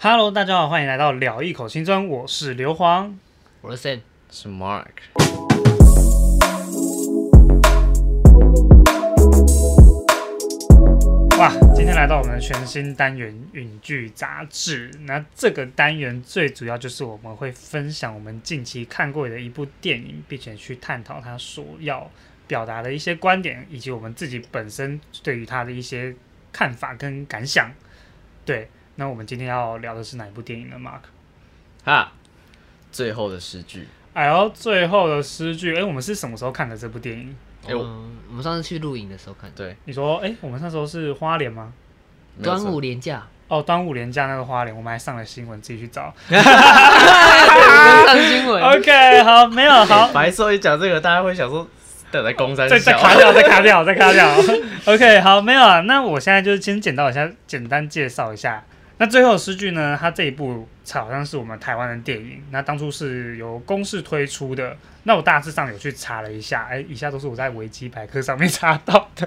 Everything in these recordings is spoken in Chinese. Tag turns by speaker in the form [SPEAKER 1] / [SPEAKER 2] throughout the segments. [SPEAKER 1] Hello，大家好，欢迎来到聊一口青春，我是刘皇。
[SPEAKER 2] 我是 Sam，
[SPEAKER 3] 是 Mark。
[SPEAKER 1] 哇，今天来到我们的全新单元《影剧杂志》，那这个单元最主要就是我们会分享我们近期看过的一部电影，并且去探讨它所要表达的一些观点，以及我们自己本身对于它的一些看法跟感想。对，那我们今天要聊的是哪一部电影呢，Mark？
[SPEAKER 3] 哈，最后的诗句，
[SPEAKER 1] 哎呦，最后的诗句，哎，我们是什么时候看的这部电影？
[SPEAKER 3] 哎我
[SPEAKER 2] 嗯我们上次去露营的时候看的，
[SPEAKER 3] 对，
[SPEAKER 1] 你说，哎，我们那时候是花莲吗？
[SPEAKER 3] 没有
[SPEAKER 2] 端
[SPEAKER 3] 错
[SPEAKER 2] 午连假，
[SPEAKER 1] 哦，端午连假那个花莲，我们还上了新闻，自己去找。
[SPEAKER 2] 上新闻，
[SPEAKER 1] OK，好，没有好，
[SPEAKER 3] 白兽一讲这个，大家会想说，等在公山
[SPEAKER 1] 再再
[SPEAKER 3] 小，
[SPEAKER 1] 卡掉，再卡掉，再卡掉。OK，好，没有啊。那我现在就是先简单一下，简单介绍一下。那最后的诗句呢？它这一部好像是我们台湾的电影，那当初是由公视推出的。那我大致上有去查了一下，哎、以下都是我在维基百科上面 查到的。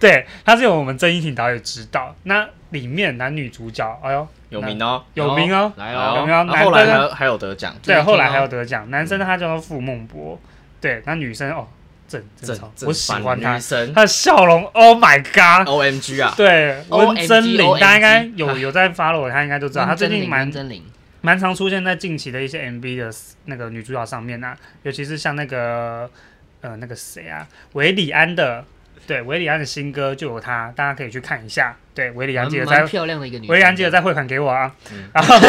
[SPEAKER 1] 对，它是由我们郑伊婷导演指导。那里面男女主角，哎呦，
[SPEAKER 3] 有名哦，
[SPEAKER 1] 有名哦，
[SPEAKER 2] 来
[SPEAKER 3] 哦啊
[SPEAKER 1] 有
[SPEAKER 2] 哦，
[SPEAKER 1] 名哦
[SPEAKER 3] 那后来
[SPEAKER 1] 男
[SPEAKER 3] 还还有得奖，
[SPEAKER 1] 对，啊
[SPEAKER 2] 郑伊
[SPEAKER 1] 后来
[SPEAKER 2] 婷
[SPEAKER 1] 还
[SPEAKER 2] 哦
[SPEAKER 1] 有得奖。男生他叫做傅孟博，对，那女生哦，郑郑超，我喜欢
[SPEAKER 3] 反
[SPEAKER 1] 她
[SPEAKER 3] 女，神
[SPEAKER 1] 她的笑容，Oh my
[SPEAKER 2] 哦
[SPEAKER 1] god！
[SPEAKER 3] ，O M G 啊，
[SPEAKER 1] 对，温
[SPEAKER 2] OMG
[SPEAKER 1] 真菱，大家应该
[SPEAKER 2] OMG
[SPEAKER 1] 有有在 follow，她应该就知道，她最近蛮
[SPEAKER 2] 温真菱，
[SPEAKER 1] 蛮常出现在近期的一些 MV 的那个女主角上面啊，尤其是像那个呃那个谁啊，韦礼安的，对，韦礼安的新歌就有她，大家可以去看一下。对，韦礼安记得
[SPEAKER 2] 蛮
[SPEAKER 1] 在
[SPEAKER 2] 蛮漂亮的一个女生的，
[SPEAKER 1] 维安记得再汇款给我啊。
[SPEAKER 3] 嗯
[SPEAKER 1] 然后，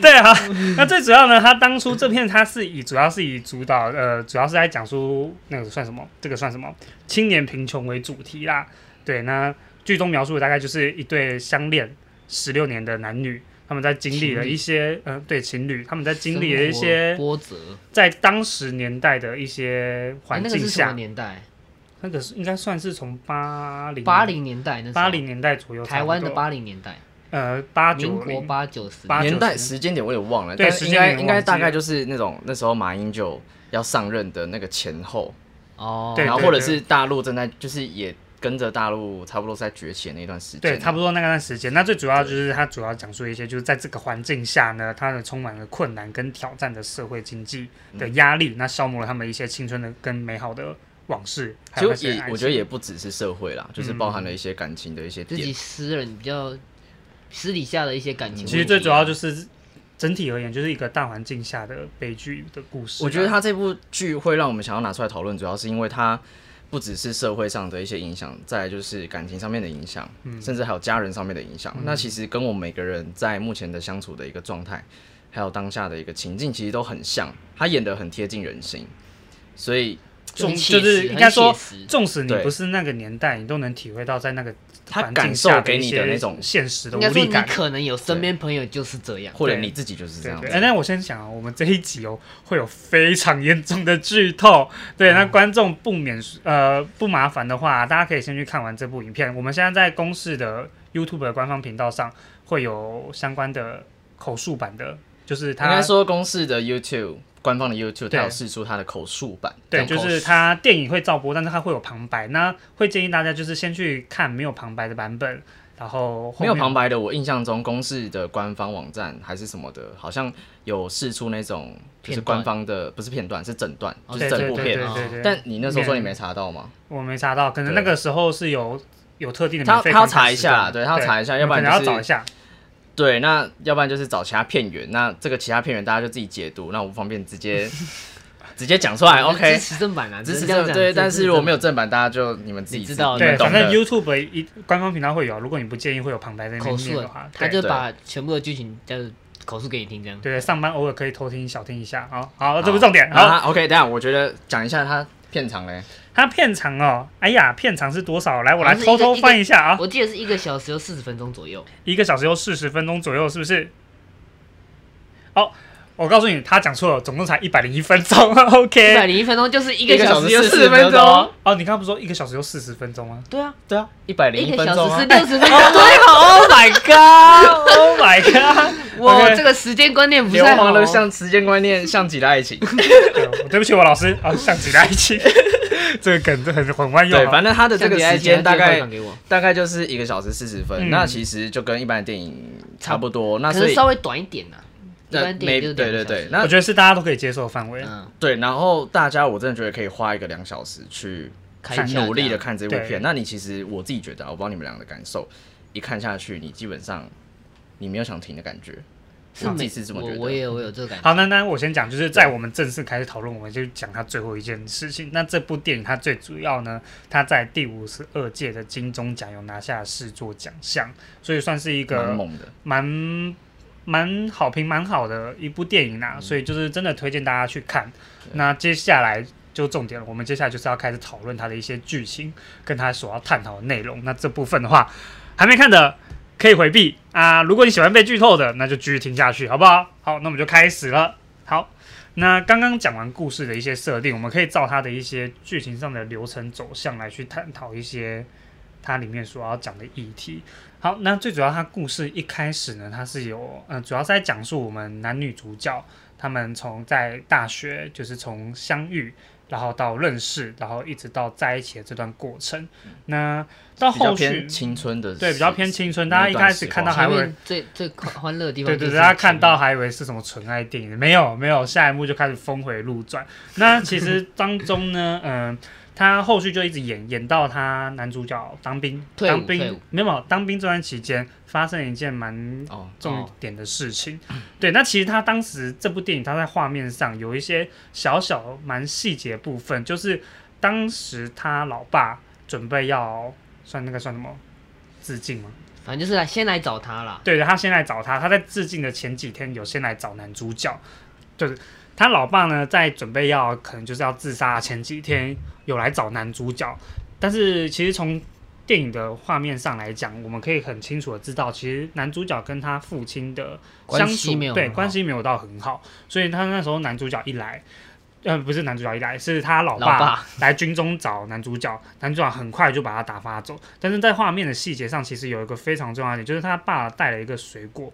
[SPEAKER 1] 对啊，那最主要呢，他当初这片他是以主要是以主导呃，主要是在讲述那个算什么，这个算什么青年贫穷为主题啦。对，那剧中描述的大概就是一对相恋十六年的男女，他们在经历了一些呃，对情侣，他们在经历了一些
[SPEAKER 2] 生活波折，
[SPEAKER 1] 在当时年代的一些
[SPEAKER 2] 哎
[SPEAKER 1] 环
[SPEAKER 2] 那个
[SPEAKER 1] 境
[SPEAKER 2] 是什么
[SPEAKER 1] 下，
[SPEAKER 2] 年代？
[SPEAKER 1] 那个是应该算是从八零
[SPEAKER 2] 八零年代，那时候
[SPEAKER 1] 八零年代左右差
[SPEAKER 2] 台
[SPEAKER 1] 不多，
[SPEAKER 2] 湾的八零年代，
[SPEAKER 1] 呃八
[SPEAKER 2] 民
[SPEAKER 1] 九
[SPEAKER 2] 国
[SPEAKER 1] 零
[SPEAKER 2] 八九十
[SPEAKER 1] 八
[SPEAKER 2] 年
[SPEAKER 1] 九
[SPEAKER 3] 年代时间点我有点忘了，
[SPEAKER 1] 对
[SPEAKER 3] 但
[SPEAKER 1] 时
[SPEAKER 3] 应
[SPEAKER 1] 间
[SPEAKER 3] 该
[SPEAKER 1] 点
[SPEAKER 3] 应该
[SPEAKER 1] 忘记
[SPEAKER 3] 大概
[SPEAKER 1] 了
[SPEAKER 3] 就是那种那时候马英九要上任的那个前后，
[SPEAKER 2] 哦，
[SPEAKER 1] 对
[SPEAKER 3] 然后
[SPEAKER 1] 对
[SPEAKER 3] 或者是大陆正在就是也跟着大陆差不多是在崛起的那段时间，
[SPEAKER 1] 对，差
[SPEAKER 3] 不
[SPEAKER 1] 不多那段时间。那最主要就是它主要讲述一些，就是在这个环境下呢，它的充满了困难跟挑战的社会经济的压力，那消磨了他们一些青春的跟美好的往事。还有
[SPEAKER 3] 就
[SPEAKER 1] 那些
[SPEAKER 3] 也
[SPEAKER 1] 爱
[SPEAKER 3] 我
[SPEAKER 1] 情
[SPEAKER 3] 觉得也不只是社会啦，就是
[SPEAKER 1] 嗯
[SPEAKER 3] 包含了一些感情的一些
[SPEAKER 2] 自
[SPEAKER 3] 点
[SPEAKER 2] 己，私人比较私底下的一些感情问题啊，
[SPEAKER 1] 其实最主要就是整体而言，就是一个大环境下的悲剧的故事啊。
[SPEAKER 3] 我觉得他这部剧会让我们想要拿出来讨论，主要是因为它不只是社会上的一些影响，再来就是感情上面的影响，
[SPEAKER 1] 嗯
[SPEAKER 3] 甚至还有家人上面的影响。那其实跟我们每个人在目前的相处的一个状态，还有当下的一个情境，其实都很像。他演的很贴近人心，所以
[SPEAKER 1] 纵
[SPEAKER 2] 很写
[SPEAKER 1] 就
[SPEAKER 2] 实
[SPEAKER 1] 是
[SPEAKER 2] 很
[SPEAKER 1] 应该说
[SPEAKER 2] 写实
[SPEAKER 1] 纵使你
[SPEAKER 3] 对
[SPEAKER 1] 不是那个年代，你都能体会到在那个
[SPEAKER 3] 他
[SPEAKER 1] 环境
[SPEAKER 3] 感受
[SPEAKER 1] 下
[SPEAKER 3] 给
[SPEAKER 1] 一
[SPEAKER 3] 你
[SPEAKER 1] 些
[SPEAKER 3] 的那种
[SPEAKER 1] 现实的
[SPEAKER 2] 应
[SPEAKER 1] 无
[SPEAKER 2] 该说
[SPEAKER 1] 力
[SPEAKER 2] 你
[SPEAKER 1] 感。
[SPEAKER 2] 可能有身边朋友就是这样，
[SPEAKER 3] 或者
[SPEAKER 1] 对
[SPEAKER 3] 你自己就是这
[SPEAKER 1] 对
[SPEAKER 3] 样子
[SPEAKER 1] 对，哎、。那我先讲啊，我们这一集哦，会有非常严重的剧透。
[SPEAKER 3] 嗯
[SPEAKER 1] 对，那观众不免呃不麻烦的话，大家可以先去看完这部影片。我们现在在公视的 YouTube 的官方频道上会有相关的口述版的，就是
[SPEAKER 3] 应该
[SPEAKER 1] 他
[SPEAKER 3] 说，公式的 YouTube 官方的 YouTube，
[SPEAKER 1] 对
[SPEAKER 3] 它有试出它的口述版，
[SPEAKER 1] 对，
[SPEAKER 3] 用口
[SPEAKER 1] 就是他电影会照播，但是他会有旁白。那会建议大家就是先去看没有旁白的版本，然后后
[SPEAKER 3] 没
[SPEAKER 1] 面
[SPEAKER 3] 有旁白的，我印象中公示的官方网站还是什么的，好像有试出那种就是
[SPEAKER 2] 片段
[SPEAKER 3] 官方的，不是片段，是整段，
[SPEAKER 2] 哦
[SPEAKER 3] 就是
[SPEAKER 1] 对
[SPEAKER 3] 整
[SPEAKER 1] 对
[SPEAKER 3] 部
[SPEAKER 1] 对对
[SPEAKER 3] 片。啊
[SPEAKER 1] 对对对，
[SPEAKER 3] 但你那时候说你没查到吗？
[SPEAKER 1] 我没查到，可能
[SPEAKER 3] 对
[SPEAKER 1] 那个时候是有有特定的
[SPEAKER 3] 他
[SPEAKER 1] 免费
[SPEAKER 3] 他要
[SPEAKER 1] 观看
[SPEAKER 3] 查一
[SPEAKER 1] 时
[SPEAKER 3] 下
[SPEAKER 1] 段
[SPEAKER 3] 啦对他要查一下要不然
[SPEAKER 1] 可能要
[SPEAKER 3] 就是
[SPEAKER 1] 找一下。
[SPEAKER 3] 对，那要不然就是找其他片源，那这个其他片源大家就自己解读，那我不方便直 接直接讲出来。
[SPEAKER 2] 支
[SPEAKER 3] OK，
[SPEAKER 2] 持正版啊，
[SPEAKER 3] 只
[SPEAKER 2] 只
[SPEAKER 3] 是
[SPEAKER 2] 是
[SPEAKER 3] 这
[SPEAKER 2] 这
[SPEAKER 3] 样
[SPEAKER 2] 样
[SPEAKER 3] 讲
[SPEAKER 2] 讲。
[SPEAKER 3] 对，但是如果没
[SPEAKER 2] 有
[SPEAKER 3] 有正版，大家就你们自己
[SPEAKER 2] 你知道
[SPEAKER 3] 哦你
[SPEAKER 1] 对，
[SPEAKER 3] 们懂
[SPEAKER 1] 反正
[SPEAKER 3] 的。
[SPEAKER 1] YouTube 一官方频道会有啊。如果你不介意，会有旁白在那边
[SPEAKER 2] 口
[SPEAKER 1] 念
[SPEAKER 2] 述
[SPEAKER 1] 的话，，
[SPEAKER 2] 他
[SPEAKER 1] 对
[SPEAKER 2] 就把全部的剧情就是口述给你听，这样。
[SPEAKER 1] 对上班偶尔可以偷听小听一下啊。好，
[SPEAKER 3] 好
[SPEAKER 1] 这不是重点。
[SPEAKER 3] 然后
[SPEAKER 1] 好，
[SPEAKER 3] 他 OK，等一下我觉得讲一下他片长嘞，
[SPEAKER 1] 它片长哦，哎呀，片长是多少？来，我来
[SPEAKER 2] 好像是一
[SPEAKER 1] 偷
[SPEAKER 2] 个
[SPEAKER 1] 偷翻一下啊，
[SPEAKER 2] 我记得是一个小时有四十分钟左 右，
[SPEAKER 1] 一个小时又四十分钟左右，是不是？哦，我告诉你，他讲错了，总共才一百零一分钟。
[SPEAKER 2] 一百
[SPEAKER 1] OK。
[SPEAKER 2] 零一分钟就是一个
[SPEAKER 3] 一个
[SPEAKER 2] 小
[SPEAKER 3] 小
[SPEAKER 2] 时
[SPEAKER 3] 时
[SPEAKER 2] 有
[SPEAKER 3] 40
[SPEAKER 2] 分
[SPEAKER 3] 分钟。
[SPEAKER 1] 哦，你刚刚不是说一个小时又四十分钟吗
[SPEAKER 2] 对啊，
[SPEAKER 3] 对啊，一百零
[SPEAKER 2] 一
[SPEAKER 3] 一
[SPEAKER 2] 个
[SPEAKER 3] 分
[SPEAKER 2] 小
[SPEAKER 3] 钟
[SPEAKER 2] 时
[SPEAKER 3] 啊
[SPEAKER 2] 是。六十 分钟。对，Oh my god！
[SPEAKER 1] ？Oh my god！
[SPEAKER 2] 我
[SPEAKER 1] OK
[SPEAKER 2] 这个时间观念不
[SPEAKER 3] 流
[SPEAKER 2] 太好
[SPEAKER 3] 氓
[SPEAKER 2] 哦。
[SPEAKER 3] 的像时间观念像极了爱情，
[SPEAKER 1] 对我对不起，我老师啊，像极了爱情。这个梗这很很万用
[SPEAKER 3] 对，
[SPEAKER 1] 啊。
[SPEAKER 3] 反正它的这个时间
[SPEAKER 2] 啊
[SPEAKER 3] 大概
[SPEAKER 2] 给我，
[SPEAKER 3] 大概就是一个小时四十分，
[SPEAKER 1] 嗯
[SPEAKER 3] 那其实就跟一般的电影差不多。那
[SPEAKER 2] 嗯可
[SPEAKER 3] 所
[SPEAKER 2] 能
[SPEAKER 3] 以
[SPEAKER 2] 稍微短一点呐、啊一
[SPEAKER 3] 那
[SPEAKER 2] 般电
[SPEAKER 3] 没
[SPEAKER 2] 影就
[SPEAKER 3] 对
[SPEAKER 2] 是两个
[SPEAKER 3] 对
[SPEAKER 2] 小
[SPEAKER 3] 对
[SPEAKER 2] 时，
[SPEAKER 3] 那
[SPEAKER 1] 我觉得是大家都可以接受的范围。
[SPEAKER 2] 嗯，
[SPEAKER 3] 对，然后大家我真的觉得可以花一个两小时去
[SPEAKER 2] 开
[SPEAKER 1] 看
[SPEAKER 2] 一下
[SPEAKER 3] 努力
[SPEAKER 2] 这
[SPEAKER 3] 的
[SPEAKER 2] 样
[SPEAKER 3] 看这部
[SPEAKER 1] 对
[SPEAKER 3] 片。那你其实我自己觉得啊，我不知道你们俩的感受，一看下去，你基本上你没有想停的感觉。
[SPEAKER 2] 是
[SPEAKER 3] 我自
[SPEAKER 2] 每
[SPEAKER 3] 己是这么觉
[SPEAKER 2] 我
[SPEAKER 3] 得
[SPEAKER 2] 我也有我有这个感觉。
[SPEAKER 1] 好，那那我先讲，就是在我们正式开始讨论，我们就讲它最后一件事情。那这部电影它最主要呢，它在第五十二届的金钟奖有拿下视作奖项，所以算是一
[SPEAKER 3] 蛮
[SPEAKER 1] 个
[SPEAKER 3] 猛嗯的，
[SPEAKER 1] 蛮蛮好评蛮好的一部电影啦、所以就是真的推荐大家去看。那接下来就重点了，我们接下来就是要开始讨论它的一些剧情跟它所要探讨的内容。那这部分的话，还没看的可以回避啊。如果你喜欢被剧透的，那就继续听下去，好不好？好，那我们就开始了。好，那刚刚讲完故事的一些设定，我们可以照它的一些剧情上的流程走向来去探讨一些它里面所要讲的议题。好，那最主要它故事一开始呢，它是有嗯、呃主要是在讲述我们男女主角他们从在大学就是从相遇。然后到认识，然后一直到在一起的这段过程，那到
[SPEAKER 3] 比较
[SPEAKER 1] 后续
[SPEAKER 3] 偏青春的，
[SPEAKER 1] 对，比较偏青春。大家一开始看到
[SPEAKER 3] 那
[SPEAKER 1] 还
[SPEAKER 2] 前
[SPEAKER 1] 会，
[SPEAKER 2] 面最最欢乐的地方
[SPEAKER 1] 对
[SPEAKER 2] 就
[SPEAKER 1] 对
[SPEAKER 2] 是前面，
[SPEAKER 1] 对，大家看到还以为是什么纯爱电影，没有没有，下一幕就开始峰回路转。那其 实当中呢，嗯、他后续就一直演演到他男主角当兵，
[SPEAKER 2] 退伍
[SPEAKER 1] 当
[SPEAKER 2] 退
[SPEAKER 1] 兵
[SPEAKER 2] 伍
[SPEAKER 1] 没有当兵这段期间发生一件蛮
[SPEAKER 3] 哦，
[SPEAKER 1] 重
[SPEAKER 2] 哦
[SPEAKER 1] 点的事情。对，那其实他当时这部电影，他在画面上有一些小小蛮细节部分，就是当时他老爸准备要算那个算什么致敬吗？
[SPEAKER 2] 反正就是来先来找他啦。
[SPEAKER 1] 对的，他先来找他，他在致敬的前几天有先来找男主角，就是他老爸呢，在准备要可能就是要自杀的前几天有来找男主角，但是其实从电影的画面上来讲，我们可以很清楚的知道，其实男主角跟他父亲的相
[SPEAKER 2] 关系
[SPEAKER 1] 处
[SPEAKER 2] 没有
[SPEAKER 1] 对
[SPEAKER 2] 很好
[SPEAKER 1] 关系没有到很好，所以他那时候男主角一来。呃，不是男主角一来，是他老
[SPEAKER 2] 老
[SPEAKER 1] 爸
[SPEAKER 2] 爸
[SPEAKER 1] 来军中找男主角，男主角很快就把他打发走。但是在画面的细节上，其实有一个非常重要的点，就是他爸带了一个水果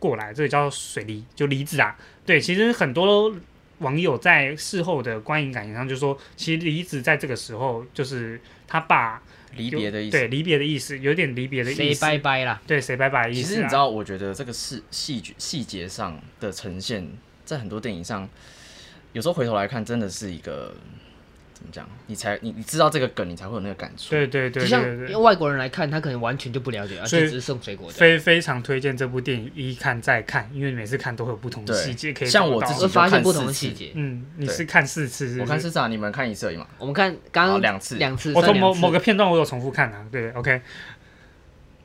[SPEAKER 1] 过来，这个叫水梨，就梨子啊。对，其实很多网友在事后的观影感言上就说，其实梨子在这个时候就是他爸
[SPEAKER 3] 离
[SPEAKER 1] 离
[SPEAKER 3] 别的意
[SPEAKER 1] 对
[SPEAKER 3] 思。
[SPEAKER 1] 离别的意思，有点离别的意
[SPEAKER 2] 谁
[SPEAKER 1] 思，
[SPEAKER 2] 拜拜啦？
[SPEAKER 1] 对谁拜拜的意
[SPEAKER 3] 其
[SPEAKER 1] 思、啊。
[SPEAKER 3] 实你知道，我觉得这个是戏剧细节上的呈现，在很多电影上，有时候回头来看，真的是一个怎么讲？你才你你知道这个梗，你才会有那个感触。
[SPEAKER 1] 对对对对
[SPEAKER 2] 就像
[SPEAKER 1] 对对
[SPEAKER 2] 外国人来看，他可能完全就不了解，而
[SPEAKER 1] 所以
[SPEAKER 2] 且只是送水果的，
[SPEAKER 1] 非非常推荐这部电影，一看再看，因为每次看都会有不同的
[SPEAKER 3] 对
[SPEAKER 1] 细节可以
[SPEAKER 3] 像
[SPEAKER 1] 找
[SPEAKER 3] 我
[SPEAKER 1] 到
[SPEAKER 3] 自己
[SPEAKER 2] 会发现不同
[SPEAKER 3] 就
[SPEAKER 2] 的
[SPEAKER 3] 看四次
[SPEAKER 2] 细节。
[SPEAKER 1] 嗯，你
[SPEAKER 3] 对
[SPEAKER 1] 是看四次是不是
[SPEAKER 3] 我看是啥？你们看一次而已嘛。
[SPEAKER 2] 我们看刚
[SPEAKER 3] 好
[SPEAKER 2] 刚
[SPEAKER 3] 两次
[SPEAKER 2] 两次，
[SPEAKER 1] 我
[SPEAKER 2] 算
[SPEAKER 1] 从某
[SPEAKER 2] 两次
[SPEAKER 1] 某个片段我有重复看啊，对，OK，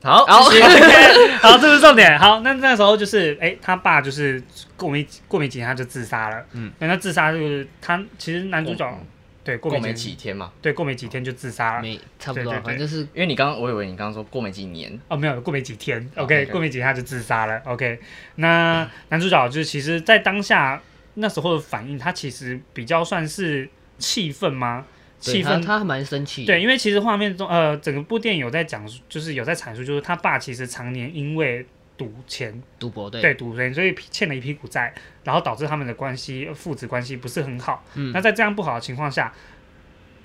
[SPEAKER 3] 好，
[SPEAKER 2] 然后
[SPEAKER 3] 谢谢
[SPEAKER 1] 好，这是重点。好，那那时候就是，哎、他爸就是过没过没几天他就自杀了，嗯
[SPEAKER 3] 嗯，
[SPEAKER 1] 那他自杀就是他其实男主角、
[SPEAKER 3] 过
[SPEAKER 1] 对过
[SPEAKER 3] 过
[SPEAKER 1] 没
[SPEAKER 3] 没
[SPEAKER 1] 几
[SPEAKER 3] 几天嘛，
[SPEAKER 1] 对过没几天就自杀了，
[SPEAKER 2] 没差不
[SPEAKER 1] 对
[SPEAKER 2] 多
[SPEAKER 1] 对
[SPEAKER 2] 啊，
[SPEAKER 1] 对
[SPEAKER 2] 反正就是
[SPEAKER 3] 因为你刚刚我以为你刚刚说过没几年，
[SPEAKER 1] 哦，没有过没几天
[SPEAKER 3] 哦
[SPEAKER 1] ，OK，
[SPEAKER 3] ，OK
[SPEAKER 1] 过没几天他就自杀了，OK。那
[SPEAKER 2] 嗯
[SPEAKER 1] 男主角就是其实，在当下那时候的反应，他其实比较算是气愤吗？
[SPEAKER 2] 对
[SPEAKER 1] 气
[SPEAKER 2] 他
[SPEAKER 1] 愤
[SPEAKER 2] 他还蛮生气的，
[SPEAKER 1] 对，因为其实画面中，呃，整个部电影有在讲述，就是有在阐述，就是他爸其实常年因为赌钱，
[SPEAKER 2] 赌博对
[SPEAKER 1] 对赌钱，所以欠了一屁股债，然后导致他们的关系父子关系不是很好。
[SPEAKER 2] 嗯
[SPEAKER 1] 那在这样不好的情况下，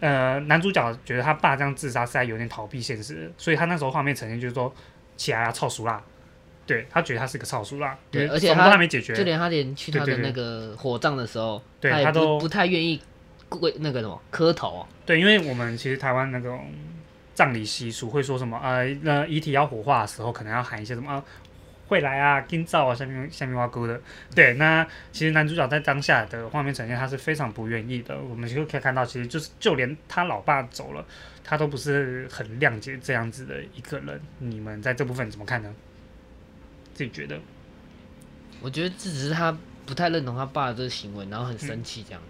[SPEAKER 1] 呃，男主角觉得他爸这样自杀是在有点逃避现实的，所以他那时候画面呈现就是说起来啊，操熟啦，对他觉得他是个操熟啦，
[SPEAKER 2] 对
[SPEAKER 1] 因为
[SPEAKER 2] 而且
[SPEAKER 1] 什么
[SPEAKER 2] 他
[SPEAKER 1] 都还没解决，
[SPEAKER 2] 就连他连去他
[SPEAKER 1] 对对
[SPEAKER 2] 的
[SPEAKER 1] 对
[SPEAKER 2] 那个火葬的时候，
[SPEAKER 1] 对
[SPEAKER 2] 他也
[SPEAKER 1] 他都
[SPEAKER 2] 不不太愿意跪那个什么磕头啊，
[SPEAKER 1] 对，因为我们其实台湾那种葬礼习俗会说什么呃，那遗体要火化的时候，可能要喊一些什么、啊、会来啊、今灶啊、下面下面挖沟的。对，那其实男主角在当下的画面呈现，他是非常不愿意的。我们就可以看到，其实就是就连他老爸走了，他都不是很谅解这样子的一个人。你们在这部分怎么看呢？自己觉得？
[SPEAKER 2] 我觉得这只是他不太认同他爸的这个行为，然后很生气这样。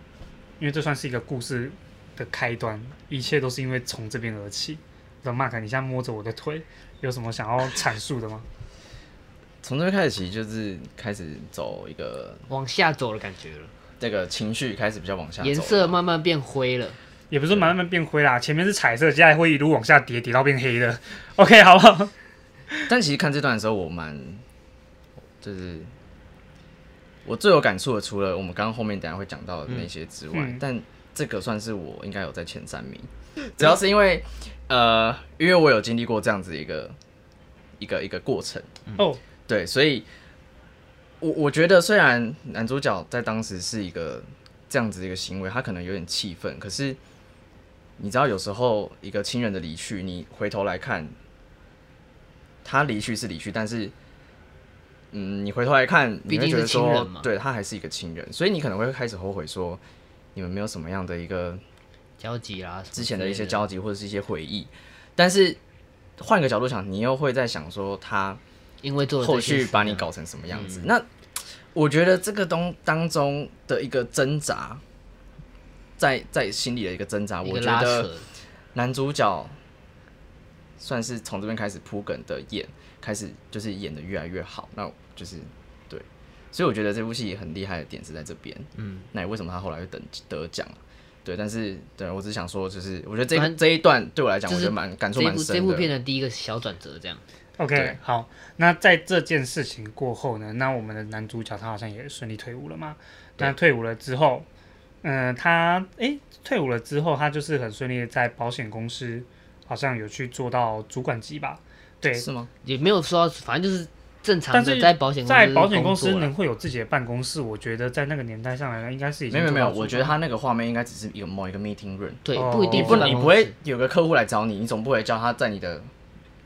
[SPEAKER 1] 因为这算是一个故事的开端，一切都是因为从这边而起。老马克，你现在摸着我的腿，有什么想要阐述的吗？
[SPEAKER 3] 从这边开始其实就是开始走一个
[SPEAKER 1] 嗯
[SPEAKER 2] 往下走的感觉了，
[SPEAKER 3] 这个情绪开始比较往下走，
[SPEAKER 2] 颜色慢慢变灰了。
[SPEAKER 1] 也不是慢慢变灰啦，前面是彩色，接下来会一路往下跌，跌到变黑的。OK，好不好？
[SPEAKER 3] 但其实看这段的时候，我蛮就是我最有感触的，除了我们刚刚后面等一下会讲到的那些之外，
[SPEAKER 1] 嗯嗯
[SPEAKER 3] 但这个算是我应该有在前三名，主要是因为呃，因为我有经历过这样子一个一个一个过程，
[SPEAKER 1] 哦，
[SPEAKER 3] 对，所以我我觉得虽然男主角在当时是一个这样子的一个行为，他可能有点气愤，可是你知道，有时候一个亲人的离去，你回头来看，他离去是离去，但是。嗯，你回头来看，你
[SPEAKER 2] 毕
[SPEAKER 3] 会
[SPEAKER 2] 竟
[SPEAKER 3] 觉
[SPEAKER 2] 是
[SPEAKER 3] 得
[SPEAKER 2] 亲人
[SPEAKER 3] 说
[SPEAKER 2] 嘛，
[SPEAKER 3] 对他还是一个亲人，所以你可能会开始后悔说，你们没有什么样的一个
[SPEAKER 2] 交集啦，什么
[SPEAKER 3] 之前的
[SPEAKER 2] 之类
[SPEAKER 3] 一些交集或者是一些回忆，但是换个角度想，你又会在想说他
[SPEAKER 2] 因为做了这
[SPEAKER 3] 后
[SPEAKER 2] 些嗯
[SPEAKER 3] 续
[SPEAKER 2] 事啊
[SPEAKER 3] 把
[SPEAKER 2] 呢
[SPEAKER 3] 你搞成什么样子。那我觉得这个东当中的一个挣扎，在在心里的一个挣扎，
[SPEAKER 2] 一
[SPEAKER 3] 我
[SPEAKER 2] 个
[SPEAKER 3] 觉
[SPEAKER 2] 拉
[SPEAKER 3] 得
[SPEAKER 2] 扯，
[SPEAKER 3] 男主角算是从这边开始铺梗的演，开始就是演的越来越好。那就是对，所以我觉得这部戏很厉害的点是在这边。
[SPEAKER 2] 嗯，
[SPEAKER 3] 那你为什么他后来会等得奖？对，但是对我只想说，就是我觉得这
[SPEAKER 2] 蛮
[SPEAKER 3] 这一段对我来讲，
[SPEAKER 2] 就
[SPEAKER 3] 我
[SPEAKER 2] 是
[SPEAKER 3] 觉得蛮感触
[SPEAKER 2] 这
[SPEAKER 3] 蛮
[SPEAKER 2] 部这
[SPEAKER 3] 深
[SPEAKER 2] 部片
[SPEAKER 3] 的。
[SPEAKER 2] 的第一个小转折这样，
[SPEAKER 1] OK，
[SPEAKER 3] 对
[SPEAKER 1] 好，那在这件事情过后呢，那我们的男主角他好像也顺利退伍了嘛。
[SPEAKER 3] 对
[SPEAKER 1] 那退伍了之后，嗯、他诶，退伍了之后，他就是很顺利地在保险公司好像有去做到主管级吧？对，
[SPEAKER 3] 是吗？
[SPEAKER 2] 也没有说反正就是正常
[SPEAKER 1] 但是
[SPEAKER 2] 的在保险
[SPEAKER 1] 在保险公司
[SPEAKER 2] 司工作啦啊
[SPEAKER 1] 能会有自己的办公室，我觉得在那个年代上来讲，应该是已
[SPEAKER 3] 没
[SPEAKER 1] 经
[SPEAKER 3] 有没有没有，
[SPEAKER 1] 做到
[SPEAKER 3] 我觉得他那个画面应该只是一个某一个 meeting room，
[SPEAKER 2] 对
[SPEAKER 1] 哦
[SPEAKER 2] 不一
[SPEAKER 3] 你
[SPEAKER 2] 定
[SPEAKER 3] 不
[SPEAKER 2] 是办
[SPEAKER 3] 你不
[SPEAKER 2] 公室
[SPEAKER 3] 会有个客户来找你，你总不会叫他在你的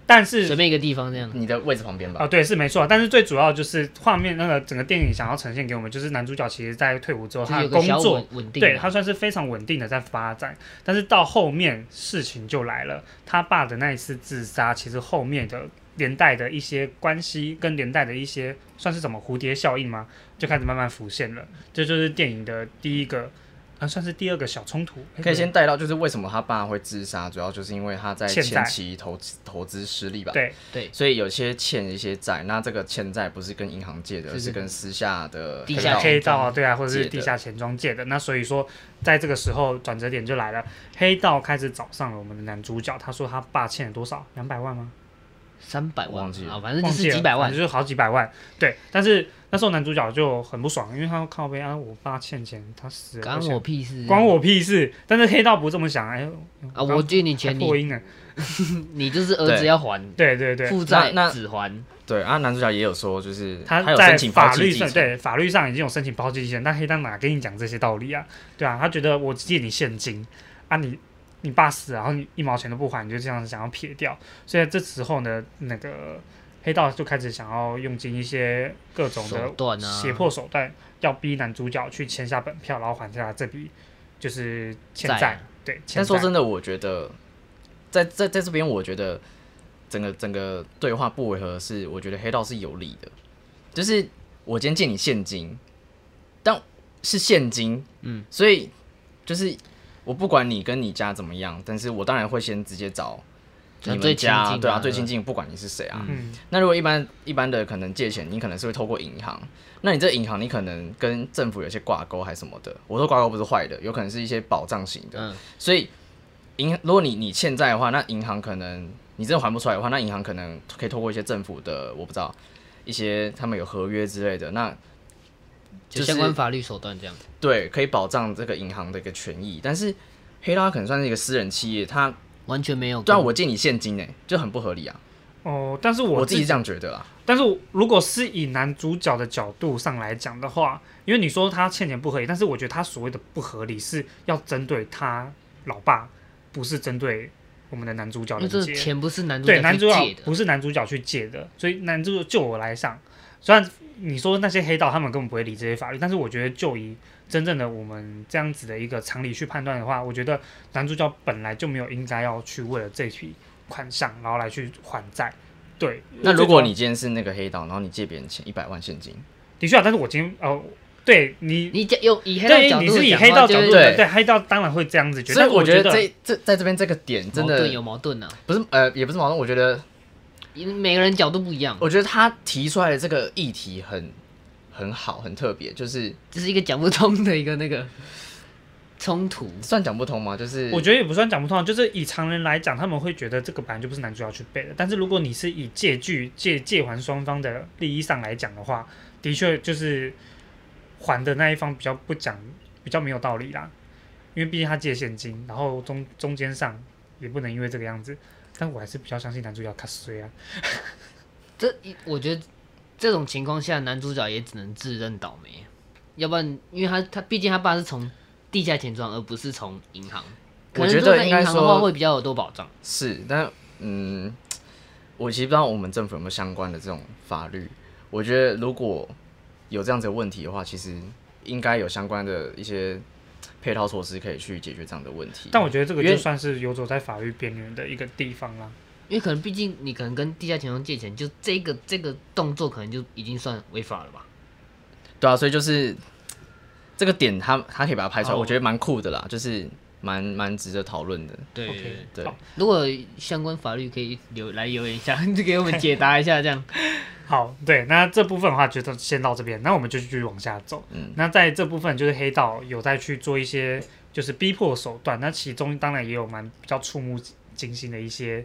[SPEAKER 1] 但
[SPEAKER 2] 随
[SPEAKER 1] 是
[SPEAKER 2] 便一个地方这样，
[SPEAKER 3] 你的位置旁边吧？
[SPEAKER 1] 嗯啊，对，是没错。但是最主要就是画面那个整个电影想要呈现给我们，就是男主角其实在退
[SPEAKER 3] 哦
[SPEAKER 1] 伍之后，
[SPEAKER 2] 就
[SPEAKER 1] 他
[SPEAKER 2] 是
[SPEAKER 1] 的
[SPEAKER 2] 有个
[SPEAKER 1] 工
[SPEAKER 2] 小
[SPEAKER 1] 作
[SPEAKER 2] 稳稳定
[SPEAKER 1] 对
[SPEAKER 2] 嘛
[SPEAKER 1] 他算是非常稳定的在发展，但是到后面事情就来了，他爸的那一次自杀，其实后面的连带的一些关系跟连带的一些算是什么蝴蝶效应吗？就开始慢慢浮现了，这就是电影的第一个，啊，算是第二个小冲突。哎诶
[SPEAKER 3] 可以先带到，就是为什么他爸会自杀，主要就是因为他在
[SPEAKER 1] 欠债
[SPEAKER 3] 前期投资投资失利吧。，
[SPEAKER 1] 对，
[SPEAKER 2] 对，
[SPEAKER 3] 所以有些欠一些债，那这个欠债不是跟银行借的，
[SPEAKER 2] 是
[SPEAKER 3] 而是跟私下的
[SPEAKER 2] 地
[SPEAKER 3] 黑
[SPEAKER 2] 下
[SPEAKER 3] 道
[SPEAKER 1] 黑
[SPEAKER 2] 钱
[SPEAKER 1] 道
[SPEAKER 2] 庄
[SPEAKER 1] 啊，对啊，或者是
[SPEAKER 3] 借
[SPEAKER 1] 地
[SPEAKER 3] 的
[SPEAKER 1] 下钱庄借的。那所以说，在这个时候转折点就来了，黑道开始找上了我们的男主角。他说他爸欠了多少？两百万吗？
[SPEAKER 2] 三百万
[SPEAKER 3] 忘记了
[SPEAKER 2] 啊，反正就
[SPEAKER 1] 忘
[SPEAKER 2] 是
[SPEAKER 1] 记了
[SPEAKER 2] 几百
[SPEAKER 1] 反
[SPEAKER 2] 万
[SPEAKER 1] 正，就是好几百万。对，但是那时候男主角就很不爽，因为他靠背啊，我爸欠钱，他死了，
[SPEAKER 2] 干
[SPEAKER 1] 而且
[SPEAKER 2] 我屁事，
[SPEAKER 1] 关我屁事。但是黑道不这么想，哎呦，
[SPEAKER 2] 啊，我借你
[SPEAKER 1] 还
[SPEAKER 2] 钱，
[SPEAKER 1] 破
[SPEAKER 2] 你
[SPEAKER 1] 音了。
[SPEAKER 2] 你就是儿子
[SPEAKER 3] 对
[SPEAKER 2] 要还，
[SPEAKER 1] 对对对，
[SPEAKER 2] 负债
[SPEAKER 3] 那那
[SPEAKER 2] 只还，
[SPEAKER 3] 对啊，男主角也有说，就是
[SPEAKER 1] 他
[SPEAKER 3] 有
[SPEAKER 1] 在
[SPEAKER 3] 申请抛
[SPEAKER 1] 法
[SPEAKER 3] 弃
[SPEAKER 1] 律
[SPEAKER 3] 继
[SPEAKER 1] 上
[SPEAKER 3] 承
[SPEAKER 1] 对法律上已经有申请抛弃继承，但黑道哪跟你讲这些道理啊？对啊，他觉得我借你现金啊你，你爸死了，然后你一毛钱都不还，你就这样想要撇掉。所以这时候呢，那个黑道就开始想要用尽一些各种
[SPEAKER 2] 手段
[SPEAKER 1] 的
[SPEAKER 2] 啊
[SPEAKER 1] 胁迫手段，要逼男主角去签下本票，然后还下这笔就是欠
[SPEAKER 2] 债
[SPEAKER 1] 债
[SPEAKER 2] 啊。
[SPEAKER 1] 对，欠
[SPEAKER 3] 但说
[SPEAKER 1] 债。
[SPEAKER 3] 真的，我觉得在在在这边，我觉得整个整个对话不违和是，我觉得黑道是有理的。就是我今天借你现金，但是现金，
[SPEAKER 2] 嗯，
[SPEAKER 3] 所以就是我不管你跟你家怎么样，但是我当然会先直接找
[SPEAKER 2] 找
[SPEAKER 3] 你
[SPEAKER 2] 最
[SPEAKER 3] 们
[SPEAKER 2] 亲
[SPEAKER 3] 家，
[SPEAKER 2] 近
[SPEAKER 3] 对啊，
[SPEAKER 2] 的
[SPEAKER 3] 最亲近，不管你是谁啊。
[SPEAKER 1] 嗯，
[SPEAKER 3] 那如果一般一般的可能借钱，你可能是会透过银行，那你这银行你可能跟政府有些挂钩还是什么的。我说挂钩不是坏的，有可能是一些保障型的。
[SPEAKER 2] 嗯，
[SPEAKER 3] 所以银，如果你你欠债的话，那银行可能你真的还不出来的话，那银行可能可以透过一些政府的，我不知道一些他们有合约之类的，那
[SPEAKER 2] 就
[SPEAKER 3] 就是
[SPEAKER 2] 相关法律手段这样，
[SPEAKER 3] 对可以保障这个银行的一个权益。但是黑道它可能算是一个私人企业，它
[SPEAKER 2] 完全没有跟。
[SPEAKER 3] 对啊，我借你现金呢、就很不合理啊，
[SPEAKER 1] 哦，但是
[SPEAKER 3] 啊我
[SPEAKER 1] 我
[SPEAKER 3] 自
[SPEAKER 1] 自
[SPEAKER 3] 己
[SPEAKER 1] 己
[SPEAKER 3] 这样觉得啦。
[SPEAKER 1] 但是如果是以男主角的角度上来讲的话，因为你说他欠钱不合理，但是我觉得他所谓的不合理是要针对他老爸，不是针对我们的男主角
[SPEAKER 2] 因
[SPEAKER 1] 的
[SPEAKER 2] 为这个
[SPEAKER 1] 借。
[SPEAKER 2] 钱不是男主
[SPEAKER 1] 对，男主
[SPEAKER 2] 去
[SPEAKER 1] 角
[SPEAKER 2] 借的，
[SPEAKER 1] 不是男主角去借的，所以男主就我来想，虽然你说那些黑道他们根本不会理这些法律，但是我觉得就以真正的我们这样子的一个常理去判断的话，我觉得男主角本来就没有应该要去为了这笔款项然后来去还债。对，
[SPEAKER 3] 那
[SPEAKER 1] 最
[SPEAKER 3] 如
[SPEAKER 1] 主
[SPEAKER 3] 果
[SPEAKER 1] 要
[SPEAKER 3] 你今天是那个黑道，然后你借别人钱一百万现金，
[SPEAKER 1] 的确啊，但是我今天哦，对你，
[SPEAKER 2] 你讲用以黑道
[SPEAKER 1] 对
[SPEAKER 2] 角
[SPEAKER 1] 你
[SPEAKER 2] 度
[SPEAKER 1] 是以
[SPEAKER 2] 讲
[SPEAKER 1] 黑
[SPEAKER 2] 话
[SPEAKER 1] 道
[SPEAKER 2] 就
[SPEAKER 1] 角
[SPEAKER 2] 会
[SPEAKER 1] 度
[SPEAKER 3] 对
[SPEAKER 1] 对黑道当然会这样子觉得，
[SPEAKER 3] 所以
[SPEAKER 1] 但是
[SPEAKER 3] 我
[SPEAKER 1] 我
[SPEAKER 3] 觉
[SPEAKER 1] 觉
[SPEAKER 3] 得这这在这边这个点真
[SPEAKER 2] 矛盾有
[SPEAKER 3] 的
[SPEAKER 2] 矛盾啊，
[SPEAKER 3] 不是呃也不是矛盾，我觉得
[SPEAKER 2] 因为每个人角度不一样，
[SPEAKER 3] 我觉得他提出来的这个议题很很好，很特别，就是
[SPEAKER 2] 这是一个讲不通的一个那个冲突。
[SPEAKER 3] 算讲不通吗？就是
[SPEAKER 1] 我觉得也不算讲不通，啊就是以常人来讲，他们会觉得这个本来就不是男主角去背的。但是如果你是以借据借借还双方的利益上来讲的话，的确就是还的那一方比较不讲，比较没有道理啦。因为毕竟他借现金，然后中中间上也不能因为这个样子。但我还是比较相信男主角卡衰啊，
[SPEAKER 2] 这我觉得这种情况下，男主角也只能自认倒霉，要不然，因为他他毕竟他爸是从地下钱庄，而不是从银行。可
[SPEAKER 3] 我
[SPEAKER 2] 能
[SPEAKER 3] 觉
[SPEAKER 2] 做
[SPEAKER 3] 得
[SPEAKER 2] 在
[SPEAKER 3] 应
[SPEAKER 2] 银
[SPEAKER 3] 该
[SPEAKER 2] 行的话
[SPEAKER 3] 说
[SPEAKER 2] 会比较有多保障。
[SPEAKER 3] 是，但嗯，我其实不知道我们政府有没有相关的这种法律。我觉得如果有这样子的问题的话，其实应该有相关的一些配套措施可以去解决这样的问题。
[SPEAKER 1] 但我觉得这个
[SPEAKER 3] 因
[SPEAKER 1] 就
[SPEAKER 3] 为
[SPEAKER 1] 算是游走在法律边缘的一个地方啦。
[SPEAKER 2] 因为可能毕竟你可能跟地下钱庄借钱，就这个这个动作可能就已经算违法了吧？
[SPEAKER 3] 对啊，所以就是这个点他，他可以把它拍出来，
[SPEAKER 2] 哦
[SPEAKER 3] 我觉得蛮酷的啦，就是蛮蛮值得讨论的。
[SPEAKER 2] 对
[SPEAKER 1] OK
[SPEAKER 3] 对
[SPEAKER 1] 好
[SPEAKER 2] 如果相关法律可以留来留言一下， 就给我们解答一下，这样
[SPEAKER 1] 好，对，那这部分的话就到先到这边，那我们就继续往下走。
[SPEAKER 3] 嗯
[SPEAKER 1] 那在这部分就是黑道有在去做一些就是逼迫手段，那其中当然也有蛮比较触目惊心的一些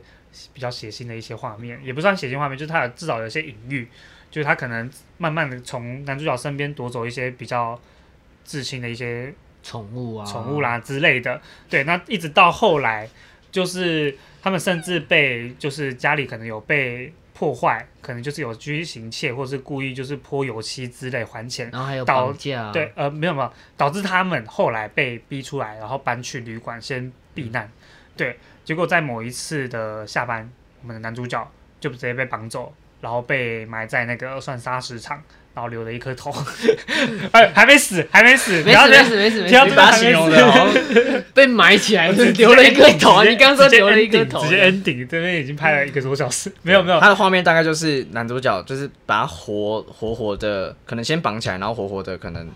[SPEAKER 1] 比较血腥的一些画面，也不算血腥画面，就是他至少有一些隐喻，就是他可能慢慢的从男主角身边夺走一些比较至亲的一些
[SPEAKER 2] 宠物啊，
[SPEAKER 1] 宠物啦之类的。对，那一直到后来，就是他们甚至被就是家里可能有被破坏，可能就是有居行窃或是故意就是泼油漆之类还钱。
[SPEAKER 2] 然后还有
[SPEAKER 1] 导
[SPEAKER 2] 绑架、啊，
[SPEAKER 1] 对，，呃，没有没有，导致他们后来被逼出来，然后搬去旅馆先避难。对，结果在某一次的下班，我们的男主角就直接被绑走，然后被埋在那个算砂石场，然后留了一颗头， 哎，还没死，还没死，
[SPEAKER 2] 没
[SPEAKER 1] 然后
[SPEAKER 2] 事
[SPEAKER 1] 就
[SPEAKER 2] 没事没事没
[SPEAKER 1] 不要啊这
[SPEAKER 2] 事，
[SPEAKER 1] 样
[SPEAKER 2] 把
[SPEAKER 1] 还
[SPEAKER 2] 它
[SPEAKER 1] 没
[SPEAKER 2] 形容
[SPEAKER 1] 死
[SPEAKER 2] 的
[SPEAKER 3] 哦
[SPEAKER 2] 好像被埋起来，留了一个头啊！你刚刚说留了一个头，啊
[SPEAKER 1] 直接 ending，这边已经拍了一个多小时，没有没有，
[SPEAKER 3] 他的画面大概就是男主角就是把他活活活的，可能先绑起来，然后活活的可能